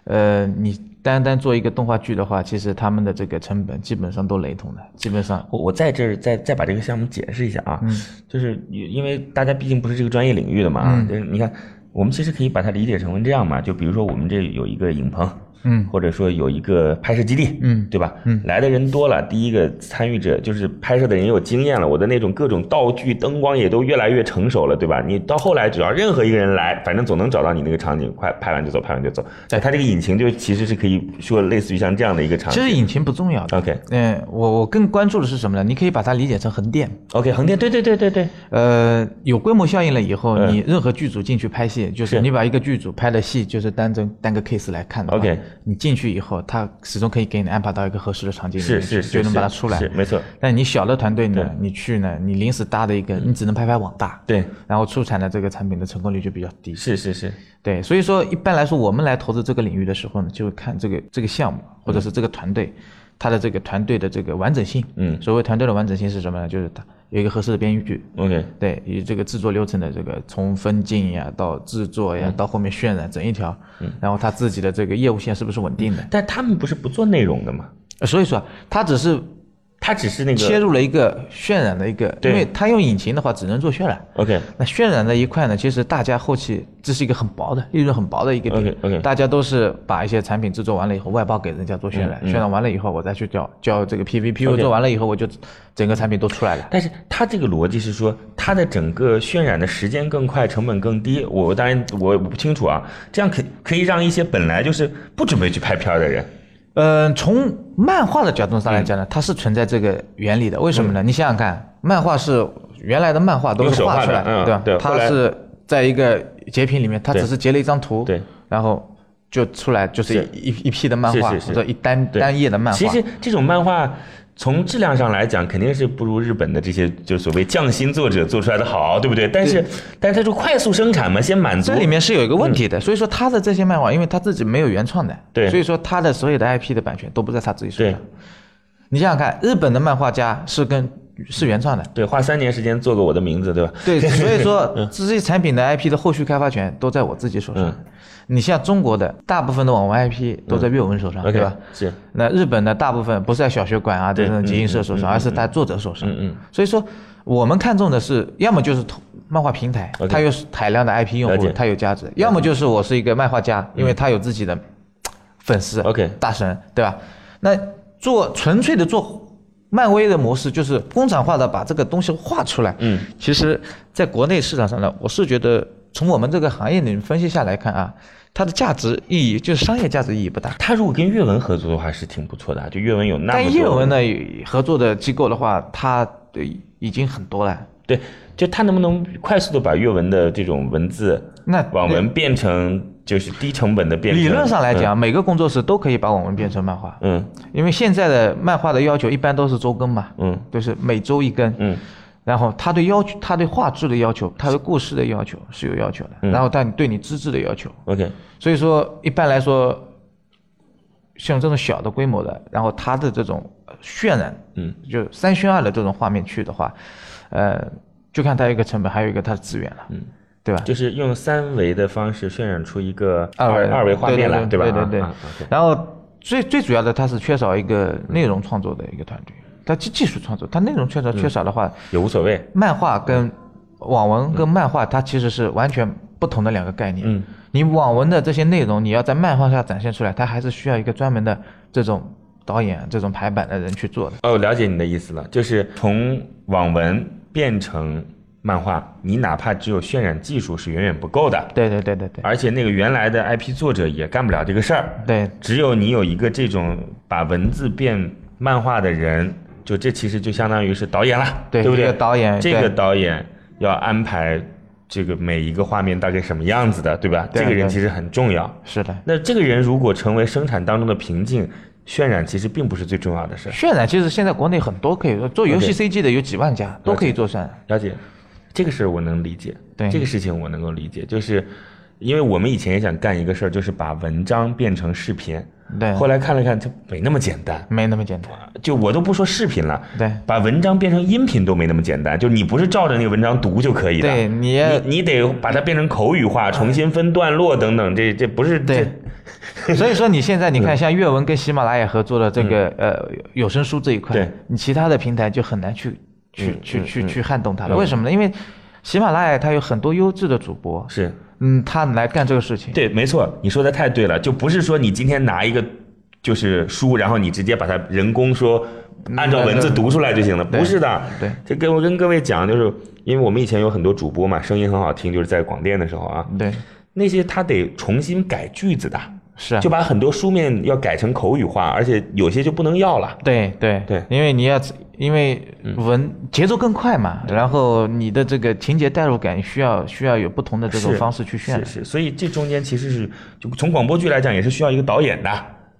[SPEAKER 2] 呃，你单单做一个动画剧的话，其实他们的这个成本基本上都雷同的，基本上
[SPEAKER 1] 我我在这儿再再把这个项目解释一下啊，
[SPEAKER 2] 嗯
[SPEAKER 1] 就是因因为大家毕竟不是这个专业领域的嘛，
[SPEAKER 2] 嗯
[SPEAKER 1] 就是你看，我们其实可以把它理解成为这样嘛，就比如说我们这有一个影棚，
[SPEAKER 2] 嗯
[SPEAKER 1] 或者说有一个拍摄基地，
[SPEAKER 2] 嗯
[SPEAKER 1] 对吧？嗯，来的人多了，第一个参与者就是拍摄的人有经验了，我的那种各种道具、灯光也都越来越成熟了，对吧？你到后来只要任何一个人来，反正总能找到你那个场景，快拍完就走，拍完就走。但它这个引擎就其实是可以说类似于像这样的一个场
[SPEAKER 2] 其
[SPEAKER 1] 景。
[SPEAKER 2] 实引擎不重要的。
[SPEAKER 1] OK
[SPEAKER 2] 嗯、我我更关注的是什么呢？你可以把它理解成横店。
[SPEAKER 1] OK，横店，对对对对对，
[SPEAKER 2] 呃，有规模效应了以后，
[SPEAKER 1] 嗯
[SPEAKER 2] 你任何剧组进去拍戏，就是
[SPEAKER 1] 是
[SPEAKER 2] 你把一个剧组拍的戏，就是当成单个 case 来看的话
[SPEAKER 1] OK
[SPEAKER 2] 你进去以后，他始终可以给你安排到一个合适的场景里
[SPEAKER 1] 是
[SPEAKER 2] 面
[SPEAKER 1] 是是，
[SPEAKER 2] 就能把它
[SPEAKER 1] 是
[SPEAKER 2] 出来
[SPEAKER 1] 是。没错，
[SPEAKER 2] 但你小的团队呢
[SPEAKER 1] 对，嗯
[SPEAKER 2] 你去呢，你临时搭的一个，你只能拍拍网大，
[SPEAKER 1] 对，
[SPEAKER 2] 然后出产的这个产品的成功率就比较低。
[SPEAKER 1] 是是是，
[SPEAKER 2] 对，所以说一般来说，我们来投资这个领域的时候呢，就会看这个这个项目或者是这个团队，它的这个团队的这个完整性。
[SPEAKER 1] 嗯
[SPEAKER 2] 所谓团队的完整性是什么呢？就是它有一个合适的编剧，
[SPEAKER 1] ，OK，
[SPEAKER 2] 对，以这个制作流程的这个从分镜呀到制作
[SPEAKER 1] 嗯
[SPEAKER 2] 呀到后面渲染整一条，然后他自己的这个业务线是不是稳定的？
[SPEAKER 1] 但他们不是不做内容的嘛，
[SPEAKER 2] 呃所以说啊他只是
[SPEAKER 1] 他只是那个
[SPEAKER 2] 切入了一个渲染的一个，
[SPEAKER 1] 对嗯
[SPEAKER 2] 因为他用引擎的话只能做渲染。
[SPEAKER 1] OK
[SPEAKER 2] 那渲染的一块呢，其实大家后期这是一个很薄的利润很薄的一个点
[SPEAKER 1] OK，OK
[SPEAKER 2] 大家都是把一些产品制作完了以后外包给人家做渲染，渲染完了以后我再去叫叫这个 PVP，
[SPEAKER 1] 嗯
[SPEAKER 2] 我
[SPEAKER 1] OK
[SPEAKER 2] 做完了以后我就整个产品都出来了。
[SPEAKER 1] 但是它这个逻辑是说，它的整个渲染的时间更快，成本更低。我当然我我不清楚啊，这样可可以让一些本来就是不准备去拍片儿的人，
[SPEAKER 2] 呃，从漫画的角度上来讲呢，
[SPEAKER 1] 嗯
[SPEAKER 2] 它是存在这个原理的。为什么呢？你想想看，漫画是原来的漫画都
[SPEAKER 1] 用
[SPEAKER 2] 是
[SPEAKER 1] 嗯手画
[SPEAKER 2] 画出
[SPEAKER 1] 的
[SPEAKER 2] 来
[SPEAKER 1] 嗯
[SPEAKER 2] 对吧？
[SPEAKER 1] 对后来
[SPEAKER 2] 它是在一个截屏里面，它
[SPEAKER 1] 对
[SPEAKER 2] 只是截了一张图，
[SPEAKER 1] 对，
[SPEAKER 2] 然后就出来就是
[SPEAKER 1] 是
[SPEAKER 2] 一一一批的漫画
[SPEAKER 1] 是是是
[SPEAKER 2] 或者一单
[SPEAKER 1] 对
[SPEAKER 2] 单页的漫画。
[SPEAKER 1] 其实这种漫画。从质量上来讲，肯定是不如日本的这些就所谓匠心作者做出来的好，对不对？但是，但是它就快速生产嘛，先满足
[SPEAKER 2] 这里面是有一个问题的，所以说他的这些漫画，因为他自己没有原创的，
[SPEAKER 1] 嗯对
[SPEAKER 2] 所以说他的所有的 IP 的版权都不在他自己手
[SPEAKER 1] 对
[SPEAKER 2] 上。你想想看，日本的漫画家是跟是原创的，
[SPEAKER 1] 对花三年时间做个我的名字，对吧？
[SPEAKER 2] 对，所以说这些产品的 IP 的后续开发权都在我自己手上。
[SPEAKER 1] 嗯
[SPEAKER 2] 你像中国的大部分的网文 IP 都在阅文手上，
[SPEAKER 1] OK，
[SPEAKER 2] 对吧？
[SPEAKER 1] 是。
[SPEAKER 2] 那日本的大部分不是在小学馆啊
[SPEAKER 1] 对
[SPEAKER 2] 等等集英社手
[SPEAKER 1] 嗯
[SPEAKER 2] 上，
[SPEAKER 1] 嗯嗯
[SPEAKER 2] 而是在作者手上。
[SPEAKER 1] 嗯嗯
[SPEAKER 2] 所以说，我们看重的是，要么就是投漫画平台，
[SPEAKER 1] OK
[SPEAKER 2] 它有海量的 IP 用
[SPEAKER 1] 了
[SPEAKER 2] 户
[SPEAKER 1] 解，嗯
[SPEAKER 2] 它有价值；要么就是我是一个漫画家，因为他有自己的嘖粉丝
[SPEAKER 1] OK
[SPEAKER 2] 大神，对吧？那做纯粹的做漫威的模式，就是工厂化的把这个东西画出来。
[SPEAKER 1] 嗯，
[SPEAKER 2] 其实在国内市场上呢，我是觉得从我们这个行业里面分析下来看啊，它的价值意义就是商业价值意义不大。
[SPEAKER 1] 他如果跟阅文合作的话是挺不错的啊，就阅文有那么多。
[SPEAKER 2] 但叶文呢，合作的机构的话，它对已经很多了。
[SPEAKER 1] 对，就他能不能快速的把阅文的这种文字
[SPEAKER 2] 那
[SPEAKER 1] 网文变成就是低成本的变成？
[SPEAKER 2] 理论上来讲，每个工作室都可以把网文变成漫画，
[SPEAKER 1] 嗯，
[SPEAKER 2] 因为现在的漫画的要求一般都是周更嘛，
[SPEAKER 1] 嗯，
[SPEAKER 2] 就是每周一更，
[SPEAKER 1] 嗯，
[SPEAKER 2] 然后他对要求，他对画质的要求，他对故事的要求是有要求的，然后但对你资质的要求，
[SPEAKER 1] 嗯，OK，
[SPEAKER 2] 所以说一般来说，像这种小的规模的，然后它的这种呃渲染，
[SPEAKER 1] 嗯，
[SPEAKER 2] 就三渲二的这种画面去的话，呃，就看它一个成本，还有一个它的资源了，嗯，对吧？
[SPEAKER 1] 就是用三维的方式渲染出一个
[SPEAKER 2] 二维
[SPEAKER 1] 二维画面来，
[SPEAKER 2] 对
[SPEAKER 1] 吧？
[SPEAKER 2] 对对对
[SPEAKER 1] 啊啊啊
[SPEAKER 2] 然后所以最主要的，它是缺少一个内容创作的一个团队，它技技术创作，它内容缺少缺少的话，
[SPEAKER 1] 也无所谓。
[SPEAKER 2] 漫画跟网文跟漫画，它其实是完全不同的两个概念。
[SPEAKER 1] 嗯，
[SPEAKER 2] 你网文的这些内容，你要在漫画下展现出来，它还是需要一个专门的这种导演、这种排版的人去做的。
[SPEAKER 1] 哦，我了解你的意思了，就是从网文变成漫画，你哪怕只有渲染技术是远远不够的，
[SPEAKER 2] 对对对对对
[SPEAKER 1] 而且那个原来的 IP 作者也干不了这个事儿。
[SPEAKER 2] 对，
[SPEAKER 1] 只有你有一个这种把文字变漫画的人，就这其实就相当于是导演了，
[SPEAKER 2] 对
[SPEAKER 1] 不
[SPEAKER 2] 一
[SPEAKER 1] 对？
[SPEAKER 2] 个导演
[SPEAKER 1] 这个
[SPEAKER 2] 对
[SPEAKER 1] 导演要安排这个每一个画面大概什么样子的，对吧？
[SPEAKER 2] 对
[SPEAKER 1] 这个人
[SPEAKER 2] 对
[SPEAKER 1] 其实很重要。
[SPEAKER 2] 是的。
[SPEAKER 1] 那这个人如果成为生产当中的瓶颈，渲染其实并不是最重要的事儿。
[SPEAKER 2] 渲染其实现在国内很多可以做，做游戏 CG 的有几万家都可以做渲染。
[SPEAKER 1] 了解，这个事儿我能理解，
[SPEAKER 2] 对
[SPEAKER 1] 这个事情我能够理解，就是因为我们以前也想干一个事儿，就是把文章变成视频，
[SPEAKER 2] 对，
[SPEAKER 1] 后来看了看，就没那么简单。
[SPEAKER 2] 没那么简单。
[SPEAKER 1] 就我都不说视频了，
[SPEAKER 2] 对
[SPEAKER 1] 把文章变成音频都没那么简单，就你不是照着那个文章读就可以的，
[SPEAKER 2] 对你
[SPEAKER 1] 你你得把它变成口语化，重新分段落等等，这这不是
[SPEAKER 2] 对
[SPEAKER 1] 这，
[SPEAKER 2] 所以说你现在你看，
[SPEAKER 1] 嗯
[SPEAKER 2] 像阅文跟喜马拉雅合作的这个呃有声书这一块，
[SPEAKER 1] 对嗯
[SPEAKER 2] 你其他的平台就很难去去去去去撼动它了。为什么呢？因为喜马拉雅它有很多优质的主播，
[SPEAKER 1] 是
[SPEAKER 2] 嗯，他来干这个事情。
[SPEAKER 1] 对，没错，你说的太对了，就不是说你今天拿一个就是书，然后你直接把它人工说按照文字读出来就行了，
[SPEAKER 2] 对
[SPEAKER 1] 不是的。
[SPEAKER 2] 对
[SPEAKER 1] 这跟我跟各位讲，就是因为我们以前有很多主播嘛，声音很好听，就是在广电的时候啊，
[SPEAKER 2] 对，
[SPEAKER 1] 那些他得重新改句子的，
[SPEAKER 2] 是啊
[SPEAKER 1] 就，把很多书面要改成口语化，而且有些就不能要了。
[SPEAKER 2] 对对
[SPEAKER 1] 对
[SPEAKER 2] 因为你要因为文节奏更快嘛，
[SPEAKER 1] 嗯
[SPEAKER 2] 然后你的这个情节代入感需要需要有不同的这种
[SPEAKER 1] 是
[SPEAKER 2] 方式去渲染
[SPEAKER 1] 是。是，所以这中间其实是就从广播剧来讲，也是需要一个导演的，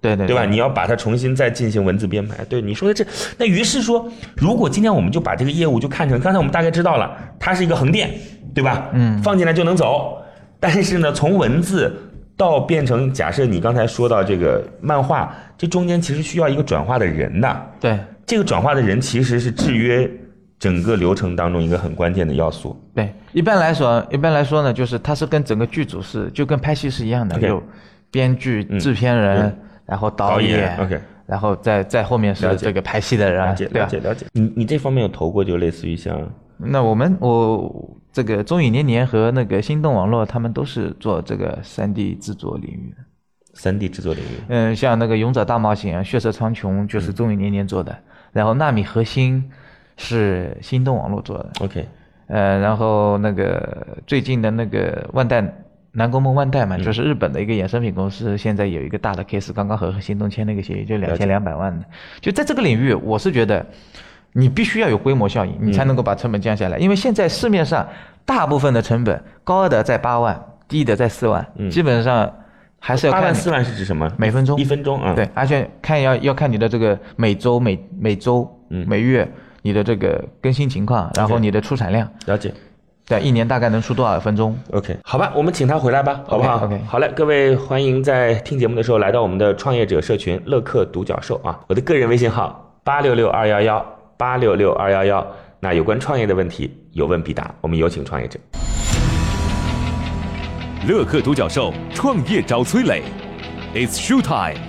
[SPEAKER 2] 对对
[SPEAKER 1] 对吧？你要把它重新再进行文字编排。对你说的这，那于是说，如果今天我们就把这个业务就看成，刚才我们大概知道了，它是一个横店，对吧？嗯，放进来就能走。但是呢，从文字到变成，假设你刚才说到这个漫画，这中间其实需要一个转化的人的。
[SPEAKER 2] 对
[SPEAKER 1] 这个转化的人其实是制约整个流程当中一个很关键的要素。
[SPEAKER 2] 对，一般来说，一般来说呢，就是它是跟整个剧组是就跟拍戏是一样的，
[SPEAKER 1] OK
[SPEAKER 2] 有编剧
[SPEAKER 1] 嗯、
[SPEAKER 2] 制片人
[SPEAKER 1] 嗯，
[SPEAKER 2] 然后
[SPEAKER 1] 导
[SPEAKER 2] 导
[SPEAKER 1] 演，OK
[SPEAKER 2] 然后在在后面
[SPEAKER 1] 了
[SPEAKER 2] 是
[SPEAKER 1] 解
[SPEAKER 2] 这个拍戏的
[SPEAKER 1] 了
[SPEAKER 2] 人，
[SPEAKER 1] 解，
[SPEAKER 2] 对
[SPEAKER 1] 了
[SPEAKER 2] 吧
[SPEAKER 1] 解，？了解。你你这方面有投过，就类似于像
[SPEAKER 2] 那我们我这个中影年年和那个心动网络，他们都是做这个三 D 制作领域的。
[SPEAKER 1] 三 D 制作领域，
[SPEAKER 2] 嗯，像那个《勇者大冒险》《血色苍穹》
[SPEAKER 1] 嗯
[SPEAKER 2] 就是中影年年做的，然后《纳米核心》是心动网络做的，
[SPEAKER 1] OK，
[SPEAKER 2] 呃，然后那个最近的那个万代南宫梦万代嘛，
[SPEAKER 1] 嗯
[SPEAKER 2] 就是日本的一个衍生品公司，现在有一个大的 case，刚刚和新东签了一个协议，就两
[SPEAKER 1] 解
[SPEAKER 2] 千两百万的。就在这个领域，我是觉得你必须要有规模效应，你才
[SPEAKER 1] 嗯
[SPEAKER 2] 能够把成本降下来。因为现在市面上大部分的成本高的在八万，低的在四万，基本上还是要
[SPEAKER 1] 嗯八
[SPEAKER 2] 看
[SPEAKER 1] 万
[SPEAKER 2] 你
[SPEAKER 1] 四万是指什么？
[SPEAKER 2] 每分钟
[SPEAKER 1] 一分钟啊？
[SPEAKER 2] 对，，而且看要要看你的这个每周每每周、每月你的这个更新情况，然后你的出产量。
[SPEAKER 1] 嗯了解。
[SPEAKER 2] 对，一年大概能出多少分钟？
[SPEAKER 1] OK，好吧，我们请他回来吧，好不好
[SPEAKER 2] OK，OK
[SPEAKER 1] 好嘞，各位欢迎在听节目的时候来到我们的创业者社群乐客独角兽啊，我的个人微信号八六六二幺幺八六六二幺幺。那有关创业的问题，有问必答。我们有请创业者。
[SPEAKER 5] 乐客独角兽创业找崔磊，It's show time。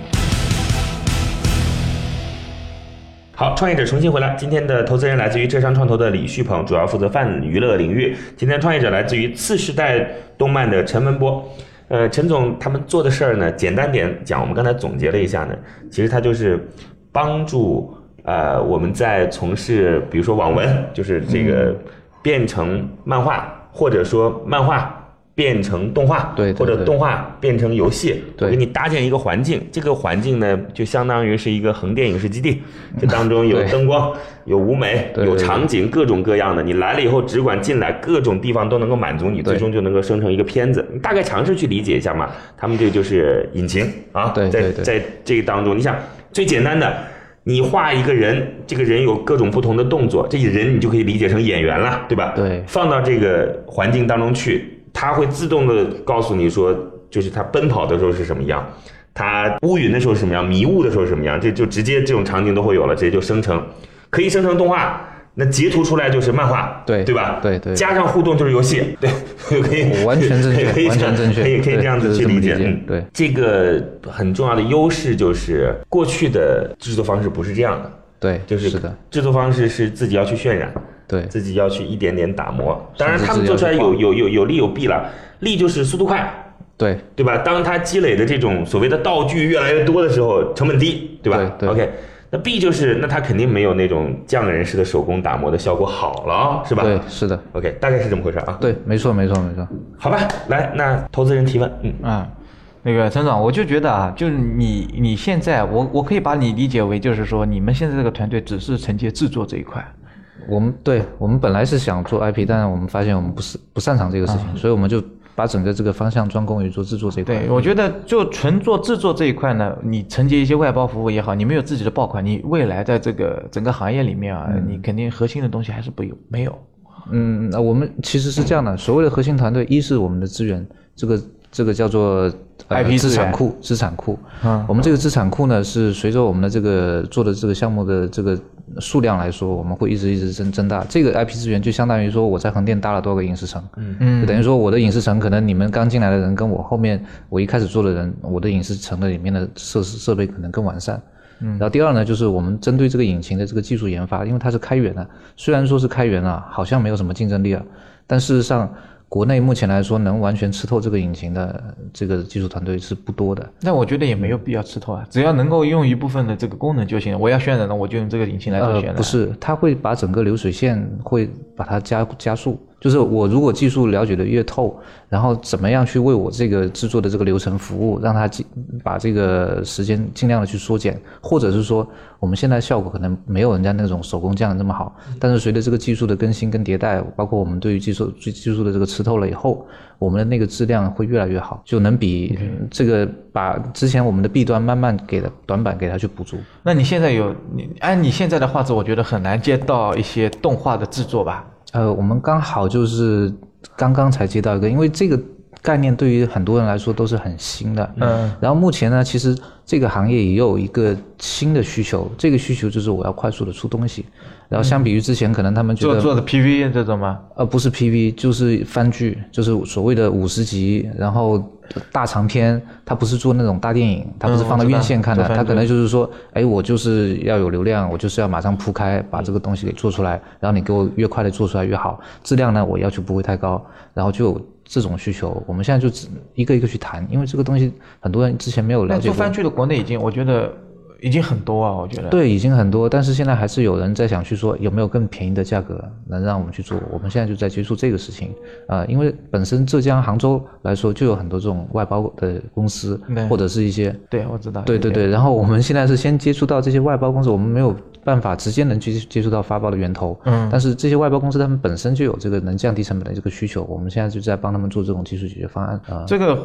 [SPEAKER 1] 好，创业者重新回来。今天的投资人来自于浙商创投的李旭鹏，主要负责泛娱乐领域。今天创业者来自于次世代动漫的陈文波。呃，陈总他们做的事儿呢，简单点讲，我们刚才总结了一下呢，其实他就是帮助呃我们在从事比如说网文，就是这
[SPEAKER 4] 嗯
[SPEAKER 1] 个变成漫画，或者说漫画变成动画，
[SPEAKER 4] 对对
[SPEAKER 1] 或者
[SPEAKER 4] 对
[SPEAKER 1] 动画变成游戏，
[SPEAKER 4] 对
[SPEAKER 1] 我给你搭建一个环境，这个环境呢，就相当于是一个横店影视基 地，这当中有
[SPEAKER 4] 对
[SPEAKER 1] 灯光、有舞美、
[SPEAKER 4] 对对
[SPEAKER 1] 有场景，各种各样的。你来了以后，只管进来，各种地方都能够满足你，
[SPEAKER 4] 对
[SPEAKER 1] 最终就能够生成一个片子。你大概尝试去理解一下嘛，他们这就是引擎啊，
[SPEAKER 4] 对
[SPEAKER 1] 在
[SPEAKER 4] 对对
[SPEAKER 1] 在这个当中，你想最简单的。你画一个人，这个人有各种不同的动作，这人你就可以理解成演员了，对吧？
[SPEAKER 4] 对
[SPEAKER 1] 放到这个环境当中去，它会自动的告诉你说，就是它奔跑的时候是什么样，它乌云的时候是什么样，迷雾的时候是什么样，这就直接这种场景都会有了，直接就生成，可以生成动画，那截图出来就是漫画，
[SPEAKER 4] 对
[SPEAKER 1] 对吧？
[SPEAKER 4] 对对
[SPEAKER 1] 加上互动就是游戏，对， 可以
[SPEAKER 4] 完全正确
[SPEAKER 1] 可以
[SPEAKER 4] 完全正确
[SPEAKER 1] 可以可以这样子去理解。
[SPEAKER 4] 对就是这么理解
[SPEAKER 1] 嗯
[SPEAKER 4] 对
[SPEAKER 1] 这个很重要的优势就是过去的制作方式不是这样的，
[SPEAKER 4] 对，
[SPEAKER 1] 就是
[SPEAKER 4] 的，
[SPEAKER 1] 制作方式是自己要去渲染，
[SPEAKER 4] 对
[SPEAKER 1] 自己要去一点点打磨。当然，
[SPEAKER 4] 甚至
[SPEAKER 1] 他们做出来
[SPEAKER 4] 自己要
[SPEAKER 1] 有
[SPEAKER 4] 去
[SPEAKER 1] 有有有利有弊了，利就是速度快。
[SPEAKER 4] 对
[SPEAKER 1] 对吧？当它积累的这种所谓的道具越来越多的时候，成本低，对吧
[SPEAKER 4] 对对
[SPEAKER 1] o k 那 B 就是，那它肯定没有那种匠人式的手工打磨的效果好了，是吧？
[SPEAKER 4] 对是的，
[SPEAKER 1] OK，大概是这么回事啊。，
[SPEAKER 4] 对，没错没错没错。
[SPEAKER 1] 好吧，来，那投资人提问，嗯，
[SPEAKER 2] 啊，那个陈总，我就觉得啊，就是你你现在，我我可以把你理解为就是说，你们现在这个团队只是承接制作这一块。
[SPEAKER 4] 我们对我们本来是想做 IP，但是我们发现我们不是不擅长这个事情，所以我们就把整个这个方向专攻于做制作这一块。
[SPEAKER 2] 对，我觉得就纯做制作这一块呢，你承接一些外包服务也好，你没有自己的爆款，你未来在这个整个行业里面啊，你肯定核心的东西还是不有没有。
[SPEAKER 4] 嗯，那我们其实是这样的，所谓的核心团队，一是我们的资源，这个这个叫做、呃、
[SPEAKER 2] IP 资源
[SPEAKER 4] 资啊产库，资产库。
[SPEAKER 2] 嗯
[SPEAKER 4] 我们这个资产库呢，是随着我们的这个做的这个项目的这个数量来说，我们会一直一直增增大。这个 IP 资源就相当于说我在横店搭了多个影视城，嗯，就等于说我的影视城可能你们刚进来的人跟我后面我一开始做的人，我的影视城的里面的设施设备可能更完善。嗯，然后第二呢，就是我们针对这个引擎的这个技术研发，因为它是开源的，虽然说是开源啊，好像没有什么竞争力啊，但事实上，国内目前来说能完全吃透这个引擎的这个技术团队是不多的。
[SPEAKER 2] 那我觉得也没有必要吃透啊，只要能够用一部分的这个功能就行了。我要渲染的，我就用这个引擎来做
[SPEAKER 4] 呃
[SPEAKER 2] 渲染。，啊
[SPEAKER 4] 不是，它会把整个流水线会把它加加速。就是我如果技术了解的越透，然后怎么样去为我这个制作的这个流程服务，让它尽把这个时间尽量的去缩减，或者是说我们现在效果可能没有人家那种手工匠那么好，但是随着这个技术的更新跟迭代，包括我们对于技术技技术的这个吃透了以后，我们的那个质量会越来越好，就能比这个把之前我们的弊端慢慢给的短板给它去补足。
[SPEAKER 2] 那你现在有你按你现在的画质，我觉得很难接到一些动画的制作吧？
[SPEAKER 4] 呃，我们刚好就是刚刚才接到一个，因为这个概念对于很多人来说都是很新的。
[SPEAKER 2] 嗯。
[SPEAKER 4] 然后目前呢，其实这个行业也有一个新的需求，这个需求就是我要快速的出东西。然后相比于之前，可能他们觉
[SPEAKER 2] 做
[SPEAKER 4] 得
[SPEAKER 2] 做的 PV 这种吗？
[SPEAKER 4] 呃，不是 PV 就是番剧，就是所谓的五十集，然后大长篇，它不是做那种大电影，它不是
[SPEAKER 2] 嗯
[SPEAKER 4] 放到
[SPEAKER 2] 我知道
[SPEAKER 4] 院线看的，
[SPEAKER 2] 做番
[SPEAKER 4] 它可
[SPEAKER 2] 剧
[SPEAKER 4] 能就是说，哎，我就是要有流量，我就是要马上铺开，把这个东西给做出来，然后你给我越快的做出来越好，质量呢我要求不会太高，然后就有这种需求，我们现在就只一个一个去谈，因为这个东西很多人之前没有了
[SPEAKER 2] 那
[SPEAKER 4] 解
[SPEAKER 2] 做
[SPEAKER 4] 过
[SPEAKER 2] 番。剧的国内已经，我觉得已经很多啊，我觉得。，
[SPEAKER 4] 对，已经很多，但是现在还是有人在想去说有没有更便宜的价格能让我们去做。我们现在就在接触这个事情，呃，因为本身浙江杭州来说就有很多这种外包的公司
[SPEAKER 2] 对，
[SPEAKER 4] 或者是一些，
[SPEAKER 2] 对我知道。
[SPEAKER 4] 对对对。然后我们现在是先接触到这些外包公司，我们没有办法直接能去接触到发包的源头，
[SPEAKER 2] 嗯
[SPEAKER 4] 但是这些外包公司他们本身就有这个能降低成本的这个需求，我们现在就在帮他们做这种技术解决方案啊。呃
[SPEAKER 2] 这个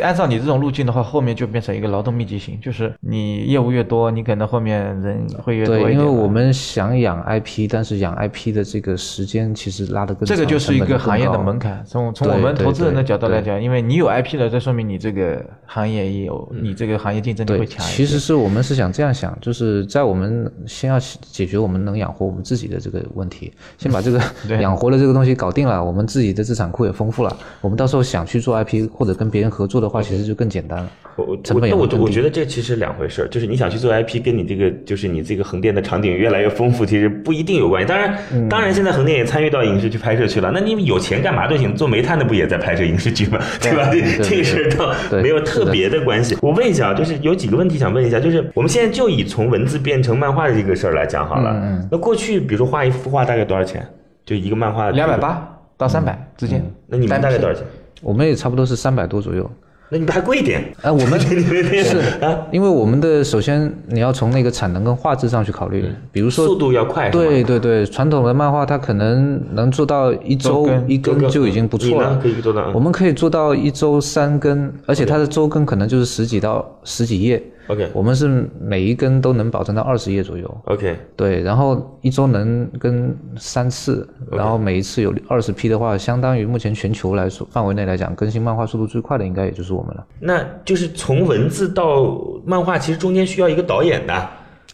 [SPEAKER 2] 按照你这种路径的话，后面就变成一个劳动密集型，就是你业务越多，你可能后面人会越多一
[SPEAKER 4] 对，
[SPEAKER 2] 点啊
[SPEAKER 4] 因为我
[SPEAKER 2] 嘛
[SPEAKER 4] 们想养 IP，但是养 IP 的这个时间其实拉得更
[SPEAKER 2] 这个
[SPEAKER 4] 长
[SPEAKER 2] 就是
[SPEAKER 4] 成
[SPEAKER 2] 一
[SPEAKER 4] 本
[SPEAKER 2] 个
[SPEAKER 4] 更
[SPEAKER 2] 行业的
[SPEAKER 4] 高
[SPEAKER 2] 门槛。从从
[SPEAKER 4] 对
[SPEAKER 2] 我们
[SPEAKER 4] 对
[SPEAKER 2] 投资人的
[SPEAKER 4] 对
[SPEAKER 2] 角度来
[SPEAKER 4] 对
[SPEAKER 2] 讲，因为你有 IP 了，这说明你这个行业也有，你这个行业竞争力
[SPEAKER 4] 对，
[SPEAKER 2] 会强一些。
[SPEAKER 4] 其实是我们是想这样想，就是在我们先要解决我们能养活我们自己的这个问题，先把这个
[SPEAKER 2] 对
[SPEAKER 4] 养活的这个东西搞定了，我们自己的资产库也丰富了，我们到时候想去做 IP 或者跟别人合作的话，其实就更简单了。
[SPEAKER 1] 我我
[SPEAKER 4] 成
[SPEAKER 1] 我
[SPEAKER 4] 本也
[SPEAKER 1] 那
[SPEAKER 4] 会
[SPEAKER 1] 我
[SPEAKER 4] 更
[SPEAKER 1] 我
[SPEAKER 4] 低
[SPEAKER 1] 觉得这其实两回事儿，就是你想去做 IP，跟你这个就是你这个横店的场景越来越丰富，其实不一定有关系。当然，当然现在横店也参与到影视剧拍摄去了，那你们有钱干嘛都行，做煤炭的不也在拍摄影视剧吗？对吧？ 这
[SPEAKER 4] 对
[SPEAKER 1] 这个事儿倒
[SPEAKER 4] 对
[SPEAKER 1] 没有特别的关系。我问一下，就是有几个问题想问一下，就是我们现在就以从文字变成漫画的这个事儿来讲好了。那过去比如说画一幅画大概多少钱？就一个漫画
[SPEAKER 2] 两百，八到三百之间，
[SPEAKER 1] 嗯那你们
[SPEAKER 2] 单
[SPEAKER 1] 大概
[SPEAKER 2] 批
[SPEAKER 1] 多少钱？
[SPEAKER 4] 我们也差不多是三百多左右。
[SPEAKER 1] 那你们还贵一点。
[SPEAKER 4] 哎、我们
[SPEAKER 1] 你们这
[SPEAKER 4] 是
[SPEAKER 1] 啊，
[SPEAKER 4] 因为我们的首先你要从那个产能跟画质上去考虑，比如说
[SPEAKER 1] 速度要快，是吗
[SPEAKER 4] 对对对，传统的漫画它可能能做到一
[SPEAKER 2] 周
[SPEAKER 4] 周
[SPEAKER 2] 更
[SPEAKER 4] 一更就已经不错
[SPEAKER 1] 你呢
[SPEAKER 4] 了
[SPEAKER 1] 可。以做到。嗯
[SPEAKER 4] 我们可以做到一周三更，而且它的周更可能就是十几到十几页。
[SPEAKER 1] OK
[SPEAKER 4] 我们是每一更都能保证到二十页左右。
[SPEAKER 1] OK，
[SPEAKER 4] 对，然后一周能更三次，然后每一次有二十批的话，相当于目前全球来说范围内来讲，更新漫画速度最快的应该也就是我们了。
[SPEAKER 1] 那就是从文字到漫画，其实中间需要一个导演的。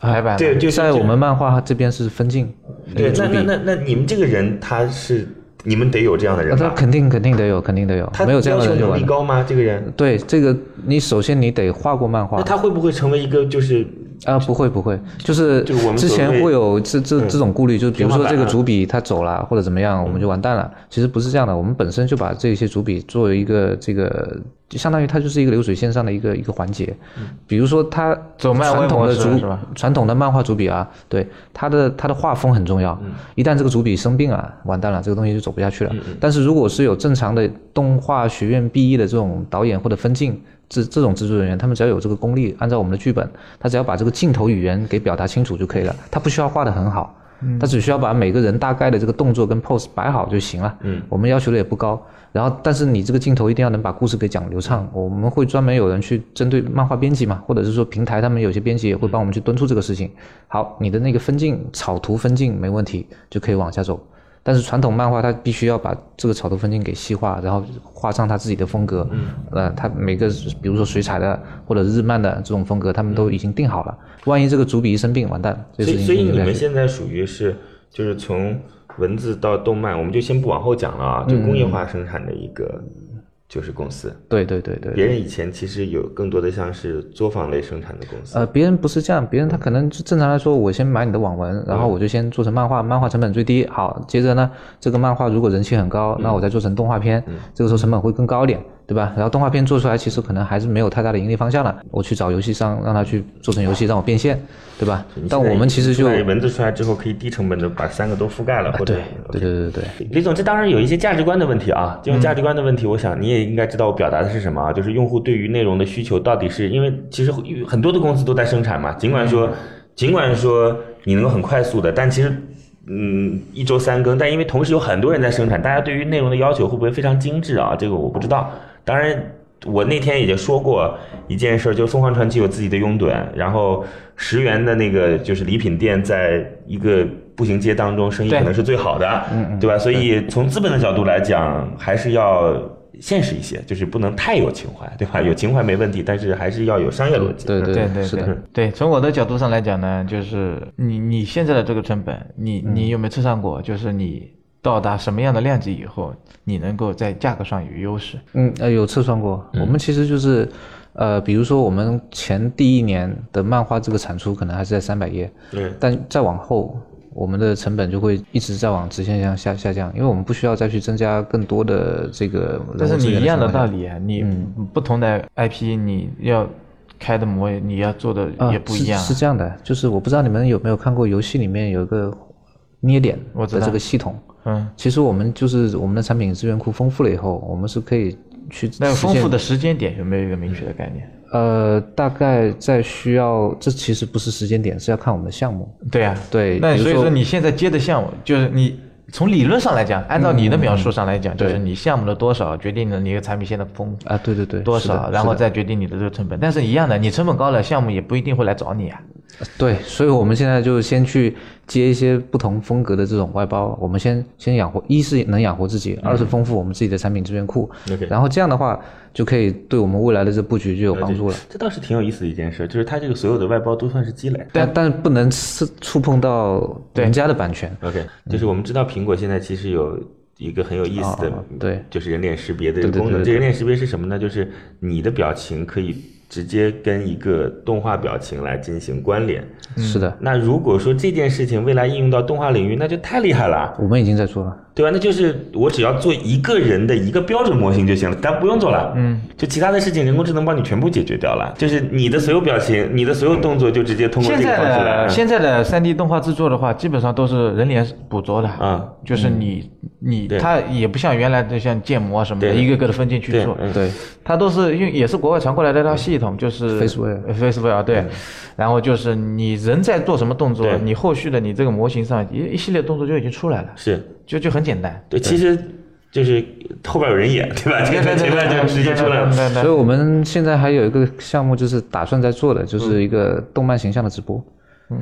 [SPEAKER 2] 排版
[SPEAKER 1] 啊对，
[SPEAKER 2] 嘛
[SPEAKER 1] 就是
[SPEAKER 4] 在我们漫画这边是分镜，
[SPEAKER 1] 对，
[SPEAKER 5] 主
[SPEAKER 1] 那那
[SPEAKER 5] 笔
[SPEAKER 1] 那那你们这个人他是你们得有这样的人
[SPEAKER 4] 那他
[SPEAKER 1] 吧？
[SPEAKER 4] 肯定肯定得有，肯定得有
[SPEAKER 1] 他，
[SPEAKER 4] 没有这样的
[SPEAKER 1] 要
[SPEAKER 4] 人
[SPEAKER 1] 求能
[SPEAKER 4] 就完
[SPEAKER 1] 力
[SPEAKER 4] 了。
[SPEAKER 1] 高吗？这个人，
[SPEAKER 4] 对，这个你首先你得画过漫画
[SPEAKER 1] 那，他会不会成为一个就是
[SPEAKER 4] 啊，不会不会，就是
[SPEAKER 1] 就我们
[SPEAKER 4] 之
[SPEAKER 1] 所
[SPEAKER 4] 前
[SPEAKER 1] 谓嗯
[SPEAKER 4] 会有这这这种顾虑，就比
[SPEAKER 1] 天
[SPEAKER 4] 如
[SPEAKER 1] 花
[SPEAKER 4] 说
[SPEAKER 1] 板
[SPEAKER 4] 这个
[SPEAKER 1] 啊嗯
[SPEAKER 4] 主笔他走了或者怎么样，我们就完蛋了。其实不是这样的，我们本身就把这些主笔作为一个这个，就相当于它就是一个流水线上的一个一个环节。比如说他
[SPEAKER 2] 走漫威
[SPEAKER 4] 传统的
[SPEAKER 2] 模式
[SPEAKER 4] 主
[SPEAKER 2] 是吧
[SPEAKER 4] 传统的漫画主笔啊，对他的他的画风很重要。
[SPEAKER 2] 嗯
[SPEAKER 4] 一旦这个主笔生病了，完蛋了，这个东西就走不下去了。
[SPEAKER 2] 嗯
[SPEAKER 4] 但是如果是有正常的动画学院毕业的这种导演或者分镜。这这种制作人员，他们只要有这个功力，按照我们的剧本，他只要把这个镜头语言给表达清楚就可以了，他不需要画的很好，
[SPEAKER 1] 嗯
[SPEAKER 4] 他只需要把每个人大概的这个动作跟 pose 摆好就行了。
[SPEAKER 1] 嗯，
[SPEAKER 4] 我们要求的也不高。然后，但是你这个镜头一定要能把故事给讲流畅。我们会专门有人去针对漫画编辑嘛，或者是说平台他们有些编辑也会帮我们去敦促这个事情。好，你的那个分镜草图分镜没问题，就可以往下走。但是传统漫画它必须要把这个草图分镜给细化，然后画上它自己的风格。嗯，呃，它每个比如说水彩的或者日漫的这种风格，他们都已经定好了。万一这个主笔一生病，完蛋，这个
[SPEAKER 1] 所
[SPEAKER 4] 事
[SPEAKER 1] 以嗯
[SPEAKER 4] 情
[SPEAKER 1] 所以
[SPEAKER 4] 就
[SPEAKER 1] 你
[SPEAKER 4] 有
[SPEAKER 1] 们
[SPEAKER 4] 点
[SPEAKER 1] 现在属于是就是从文字到动漫，我们就先不往后讲了啊，就
[SPEAKER 4] 嗯
[SPEAKER 1] 工业化生产的一个就是公司。
[SPEAKER 4] 对对对对。
[SPEAKER 1] 别人以前其实有更多的像是作坊类生产的公司，
[SPEAKER 4] 呃，别人不是这样，别人他可能就正常来说，我先买你的网文，然后我就先做成漫画，漫画成本最低。好，接着呢，这个漫画如果人气很高，
[SPEAKER 1] 嗯
[SPEAKER 4] 那我再做成动画片，这个时候成本会更高一点，对吧？然后动画片做出来，其实可能还是没有太大的盈利方向了。我去找游戏商，让他去做成游戏，让我变现，对吧
[SPEAKER 1] 你？嗯
[SPEAKER 4] 但
[SPEAKER 1] 现在
[SPEAKER 4] 我们其实
[SPEAKER 1] 出
[SPEAKER 4] 就啊
[SPEAKER 1] 来文字出来之后，可以低成本的把三个都覆盖了，或者
[SPEAKER 4] 对对对对对。
[SPEAKER 1] 李总，这当然有一些价值观的问题啊。这种价值观的问题，我想你也应该知道我表达的是什么啊，就是用户对于内容的需求到底是因为其实很多的公司都在生产嘛，尽管说尽管说你能够很快速的，但其实。嗯，一周三更，但因为同时有很多人在生产，大家对于内容的要求会不会非常精致啊？这个我不知道。当然，我那天也说过一件事儿，就凤凰传奇有自己的拥趸，然后十元的那个就是礼品店，在一个步行街当中生意可能是最好的，
[SPEAKER 4] 嗯
[SPEAKER 1] 对吧？所以从资本的角度来讲，还是要现实一些，就是不能太有情怀，对吧？有情怀没问题，但是还是要有商业逻辑。
[SPEAKER 4] 对对
[SPEAKER 2] 对对
[SPEAKER 4] 是的
[SPEAKER 2] 对对，从我的角度上来讲呢，就是你你现在的这个成本，你
[SPEAKER 4] 嗯
[SPEAKER 2] 你有没有测算过？就是你到达什么样的量级以后，你能够在价格上有优势？
[SPEAKER 4] 嗯，呃，有测算过。
[SPEAKER 1] 嗯
[SPEAKER 4] 我们其实就是，呃，比如说我们前第一年的漫画这个产出可能还是在三百页，
[SPEAKER 1] 对
[SPEAKER 4] 但再往后，我们的成本就会一直在往直线上下下降，因为我们不需要再去增加更多的这个人物
[SPEAKER 2] 但是
[SPEAKER 4] 资
[SPEAKER 2] 你
[SPEAKER 4] 源
[SPEAKER 2] 一样的
[SPEAKER 4] 情
[SPEAKER 2] 道
[SPEAKER 4] 况下。
[SPEAKER 2] 理啊，你
[SPEAKER 4] 嗯
[SPEAKER 2] 不同的 IP，你要开的模，你要做的
[SPEAKER 4] 啊
[SPEAKER 2] 也不一样啊
[SPEAKER 4] 是。是这样的，就是我不知道你们有没有看过游戏里面有一个捏脸
[SPEAKER 2] 我知
[SPEAKER 4] 的
[SPEAKER 2] 道
[SPEAKER 4] 这个系统。
[SPEAKER 2] 嗯，
[SPEAKER 4] 其实我们就是我们的产品资源库丰富了以后，我们是可以去
[SPEAKER 2] 那
[SPEAKER 4] 实
[SPEAKER 2] 丰
[SPEAKER 4] 现
[SPEAKER 2] 富的时间点有没有一个明确的概念？
[SPEAKER 4] 呃，大概在需要，这其实不是时间点，是要看我们的项目。
[SPEAKER 2] 对啊，
[SPEAKER 4] 对
[SPEAKER 2] 那
[SPEAKER 4] 比如
[SPEAKER 2] 所以
[SPEAKER 4] 说
[SPEAKER 2] 说你现在接的项目，就是你从理论上来讲，按照你
[SPEAKER 4] 嗯
[SPEAKER 2] 的描述上来讲，就是你项目的多少决定了你的产品线的丰
[SPEAKER 4] 啊，对对对，
[SPEAKER 2] 多
[SPEAKER 4] 是的
[SPEAKER 2] 少，然后再决定你的这个成本。但是一样的，你成本高了，项目也不一定会来找你啊。
[SPEAKER 4] 对，所以我们现在就先去接一些不同风格的这种外包，我们先先养活，一是能养活自己，二是丰富我们自己的产品资源库，
[SPEAKER 1] OK
[SPEAKER 4] 然后这样的话就可以对我们未来的这布局就有帮助了。
[SPEAKER 1] 这倒是挺有意思的一件事，就是它这个所有的外包都算是积累。
[SPEAKER 4] 但但不能是触碰到人家的版权，
[SPEAKER 1] OK，就是我们知道苹果现在其实有一个很有意思的，
[SPEAKER 4] 哦对
[SPEAKER 1] 就是人脸识别的一个
[SPEAKER 4] 对对
[SPEAKER 1] 功能。
[SPEAKER 4] 对对
[SPEAKER 1] 这人脸识别是什么呢？就是你的表情可以直接跟一个动画表情来进行关联。
[SPEAKER 4] 是的，
[SPEAKER 1] 那如果说这件事情未来应用到动画领域，那就太厉害了，
[SPEAKER 4] 我们已经在做了。
[SPEAKER 1] 对吧？那就是我只要做一个人的一个标准模型就行了，咱不用做了。嗯，就其他的事情，人工智能帮你全部解决掉了。就是你的所有表情，你的所有动作，就直接通过
[SPEAKER 2] 现
[SPEAKER 1] 这个
[SPEAKER 2] 在
[SPEAKER 1] 方式来。
[SPEAKER 2] 的
[SPEAKER 1] 嗯
[SPEAKER 2] 现在的三 D 动画制作的话，基本上都是人脸捕捉的
[SPEAKER 1] 嗯，
[SPEAKER 2] 就是你你
[SPEAKER 1] 对
[SPEAKER 2] 它也不像原来的像建模啊什么的，
[SPEAKER 1] 对
[SPEAKER 2] 一个个的分镜去
[SPEAKER 1] 对
[SPEAKER 2] 做，
[SPEAKER 1] 嗯
[SPEAKER 4] 对，
[SPEAKER 2] 它都是用也是国外传过来的一套系统，就是呃
[SPEAKER 4] Faceware
[SPEAKER 2] Faceware 对，然后就是你人在做什么动作
[SPEAKER 1] 嗯对，
[SPEAKER 2] 你后续的你这个模型上一一系列动作就已经出来了，
[SPEAKER 1] 是
[SPEAKER 2] 就就很简单。
[SPEAKER 1] 对，其实就是后边有人演，对吧？这个前面就直接出来了。
[SPEAKER 2] 对对对
[SPEAKER 4] 嗯所以我们现在还有一个项目就是打算在做的，就是一个动漫形象的直播。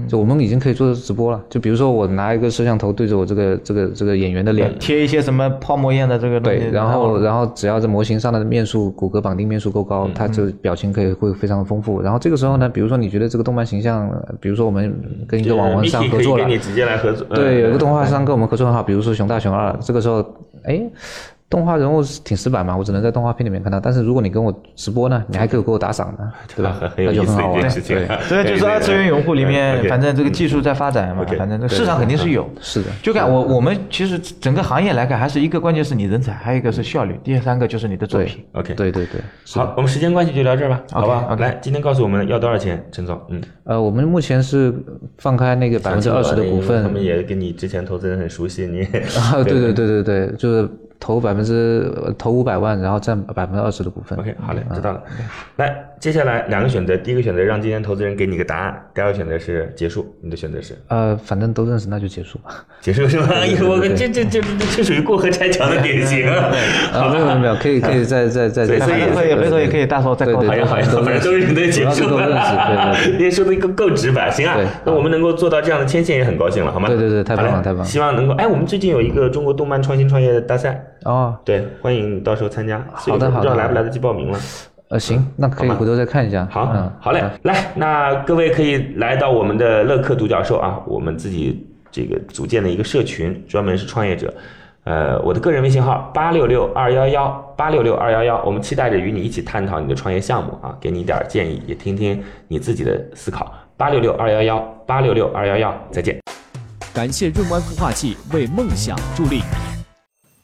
[SPEAKER 4] 就我们已经可以做直播了。就比如说我拿一个摄像头对着我这个这个这个演员的脸，
[SPEAKER 2] 贴一些什么泡沫一样的这个东西，
[SPEAKER 4] 对，然后然后只要这模型上的面数，骨骼绑定面数够
[SPEAKER 1] 嗯
[SPEAKER 4] 高，它这个表情可以会非常的丰富。然后这个时候呢，比如说你觉得这个动漫形象，呃比如说我们跟一个网文商合作
[SPEAKER 1] 可以跟，
[SPEAKER 4] 了
[SPEAKER 1] 你直接来合作。
[SPEAKER 4] 对，有一个动画商跟我们合作很好，比如说《熊大熊二》，这个时候，哎，动画人物是挺死板嘛，我只能在动画片里面看到。但是如果你跟我直播呢，你还可以给我打赏呢，对吧
[SPEAKER 1] 很？很有
[SPEAKER 4] 那
[SPEAKER 1] 意
[SPEAKER 4] 就
[SPEAKER 1] 思
[SPEAKER 4] 很好
[SPEAKER 1] 一
[SPEAKER 4] 玩
[SPEAKER 1] 件。事情
[SPEAKER 4] 对，
[SPEAKER 1] 啊。
[SPEAKER 2] 对，就是二次元用户里面，反正这个技
[SPEAKER 1] 术
[SPEAKER 2] 术在发展嘛
[SPEAKER 1] OK，，
[SPEAKER 2] 反正这个市场肯定是有。
[SPEAKER 4] 是的，
[SPEAKER 2] 就看我我们其实整个行业来看，还是一个关键是你人才，还有一个是效率，第三个就是你的作品。
[SPEAKER 1] OK
[SPEAKER 4] 对对对。
[SPEAKER 1] 好，我们时间关系就聊这儿吧，好吧？
[SPEAKER 2] OK，OK
[SPEAKER 1] 来，今天告诉我们要多少钱，陈总？嗯，
[SPEAKER 4] 呃，我们目前是放开那个百分之二十的股份
[SPEAKER 1] 他们也跟你之前投资人很熟悉，你也
[SPEAKER 4] 啊，对对对对对，就是投百分之投五百万，然后占百分之二十的股份。
[SPEAKER 1] OK，好嘞，知道了。来，接下来两个选择，第一个选择让今天投资人给你个答案，第二个选择是结束。你的选择是
[SPEAKER 4] 呃，反正都认识，那就结束吧。
[SPEAKER 1] 结束是吧？哎呦，我们这这这这这属于过河拆桥的典型啊！
[SPEAKER 4] 啊，没有没有没有，可以可以再再再
[SPEAKER 1] 对
[SPEAKER 4] 再。
[SPEAKER 1] 所以
[SPEAKER 2] 回头也回头也可以大手再
[SPEAKER 4] 对
[SPEAKER 2] 搞
[SPEAKER 4] 对
[SPEAKER 1] 好
[SPEAKER 2] 搞
[SPEAKER 1] 呀好呀，
[SPEAKER 4] 都
[SPEAKER 1] 反正都是你的结束
[SPEAKER 4] 主要是都认识
[SPEAKER 1] 了
[SPEAKER 4] 对对，
[SPEAKER 1] 也说的够够直白，行啊
[SPEAKER 4] 对。
[SPEAKER 1] 那我们能够做到这样的牵线也很高兴了，好吗？
[SPEAKER 4] 对对对太棒了
[SPEAKER 1] 好嘞
[SPEAKER 4] 太棒了
[SPEAKER 1] 希望能够，哎，我们最近有一个中国动漫创新创业大赛，
[SPEAKER 4] 哦，
[SPEAKER 1] 对，欢迎到时候参加。
[SPEAKER 4] 好
[SPEAKER 1] 所以
[SPEAKER 4] 的
[SPEAKER 1] 不知道
[SPEAKER 4] 好的
[SPEAKER 1] 来不来得及报名了。
[SPEAKER 4] 呃，行，那可以
[SPEAKER 1] 好吧
[SPEAKER 4] 回头再看一下。
[SPEAKER 1] 好，
[SPEAKER 4] 嗯，
[SPEAKER 1] 好嘞，来，那各位可以来到我们的乐客独角兽啊，我们自己这个组建的一个社群，专门是创业者。呃，我的个人微信号八六六二幺幺八六六二幺幺，我们期待着与你一起探讨你的创业项目啊，给你一点建议，也听听你自己的思考。八六六二幺幺八六六二幺幺，再见。
[SPEAKER 3] 感谢润湾孵化器为梦想助力。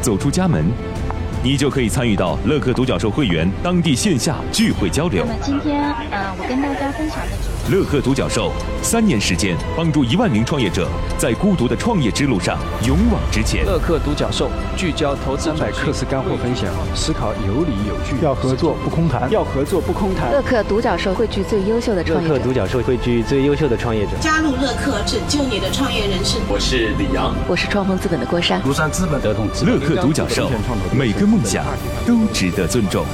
[SPEAKER 5] 走出家门，你就可以参与到乐客独角兽会员当地线下聚会交流
[SPEAKER 6] 那。么今天，呃，我跟大家分享的主题
[SPEAKER 5] 乐客独角兽三年时间，帮助一万名创业者在孤独的创业之路上勇往直前。
[SPEAKER 7] 乐客独角兽聚焦投资三百课时干货分享，思考有理有据，要合作不空谈，要合作不空谈。
[SPEAKER 8] 乐客独角兽汇聚最优秀的创业者。
[SPEAKER 7] 角兽汇聚最优秀的创业者。
[SPEAKER 9] 加入乐客，拯救你的创业人生。
[SPEAKER 8] 我是创丰资本的郭珊。
[SPEAKER 7] 庐山资本、德同资
[SPEAKER 5] 乐客独角兽，每个梦想都值得尊重。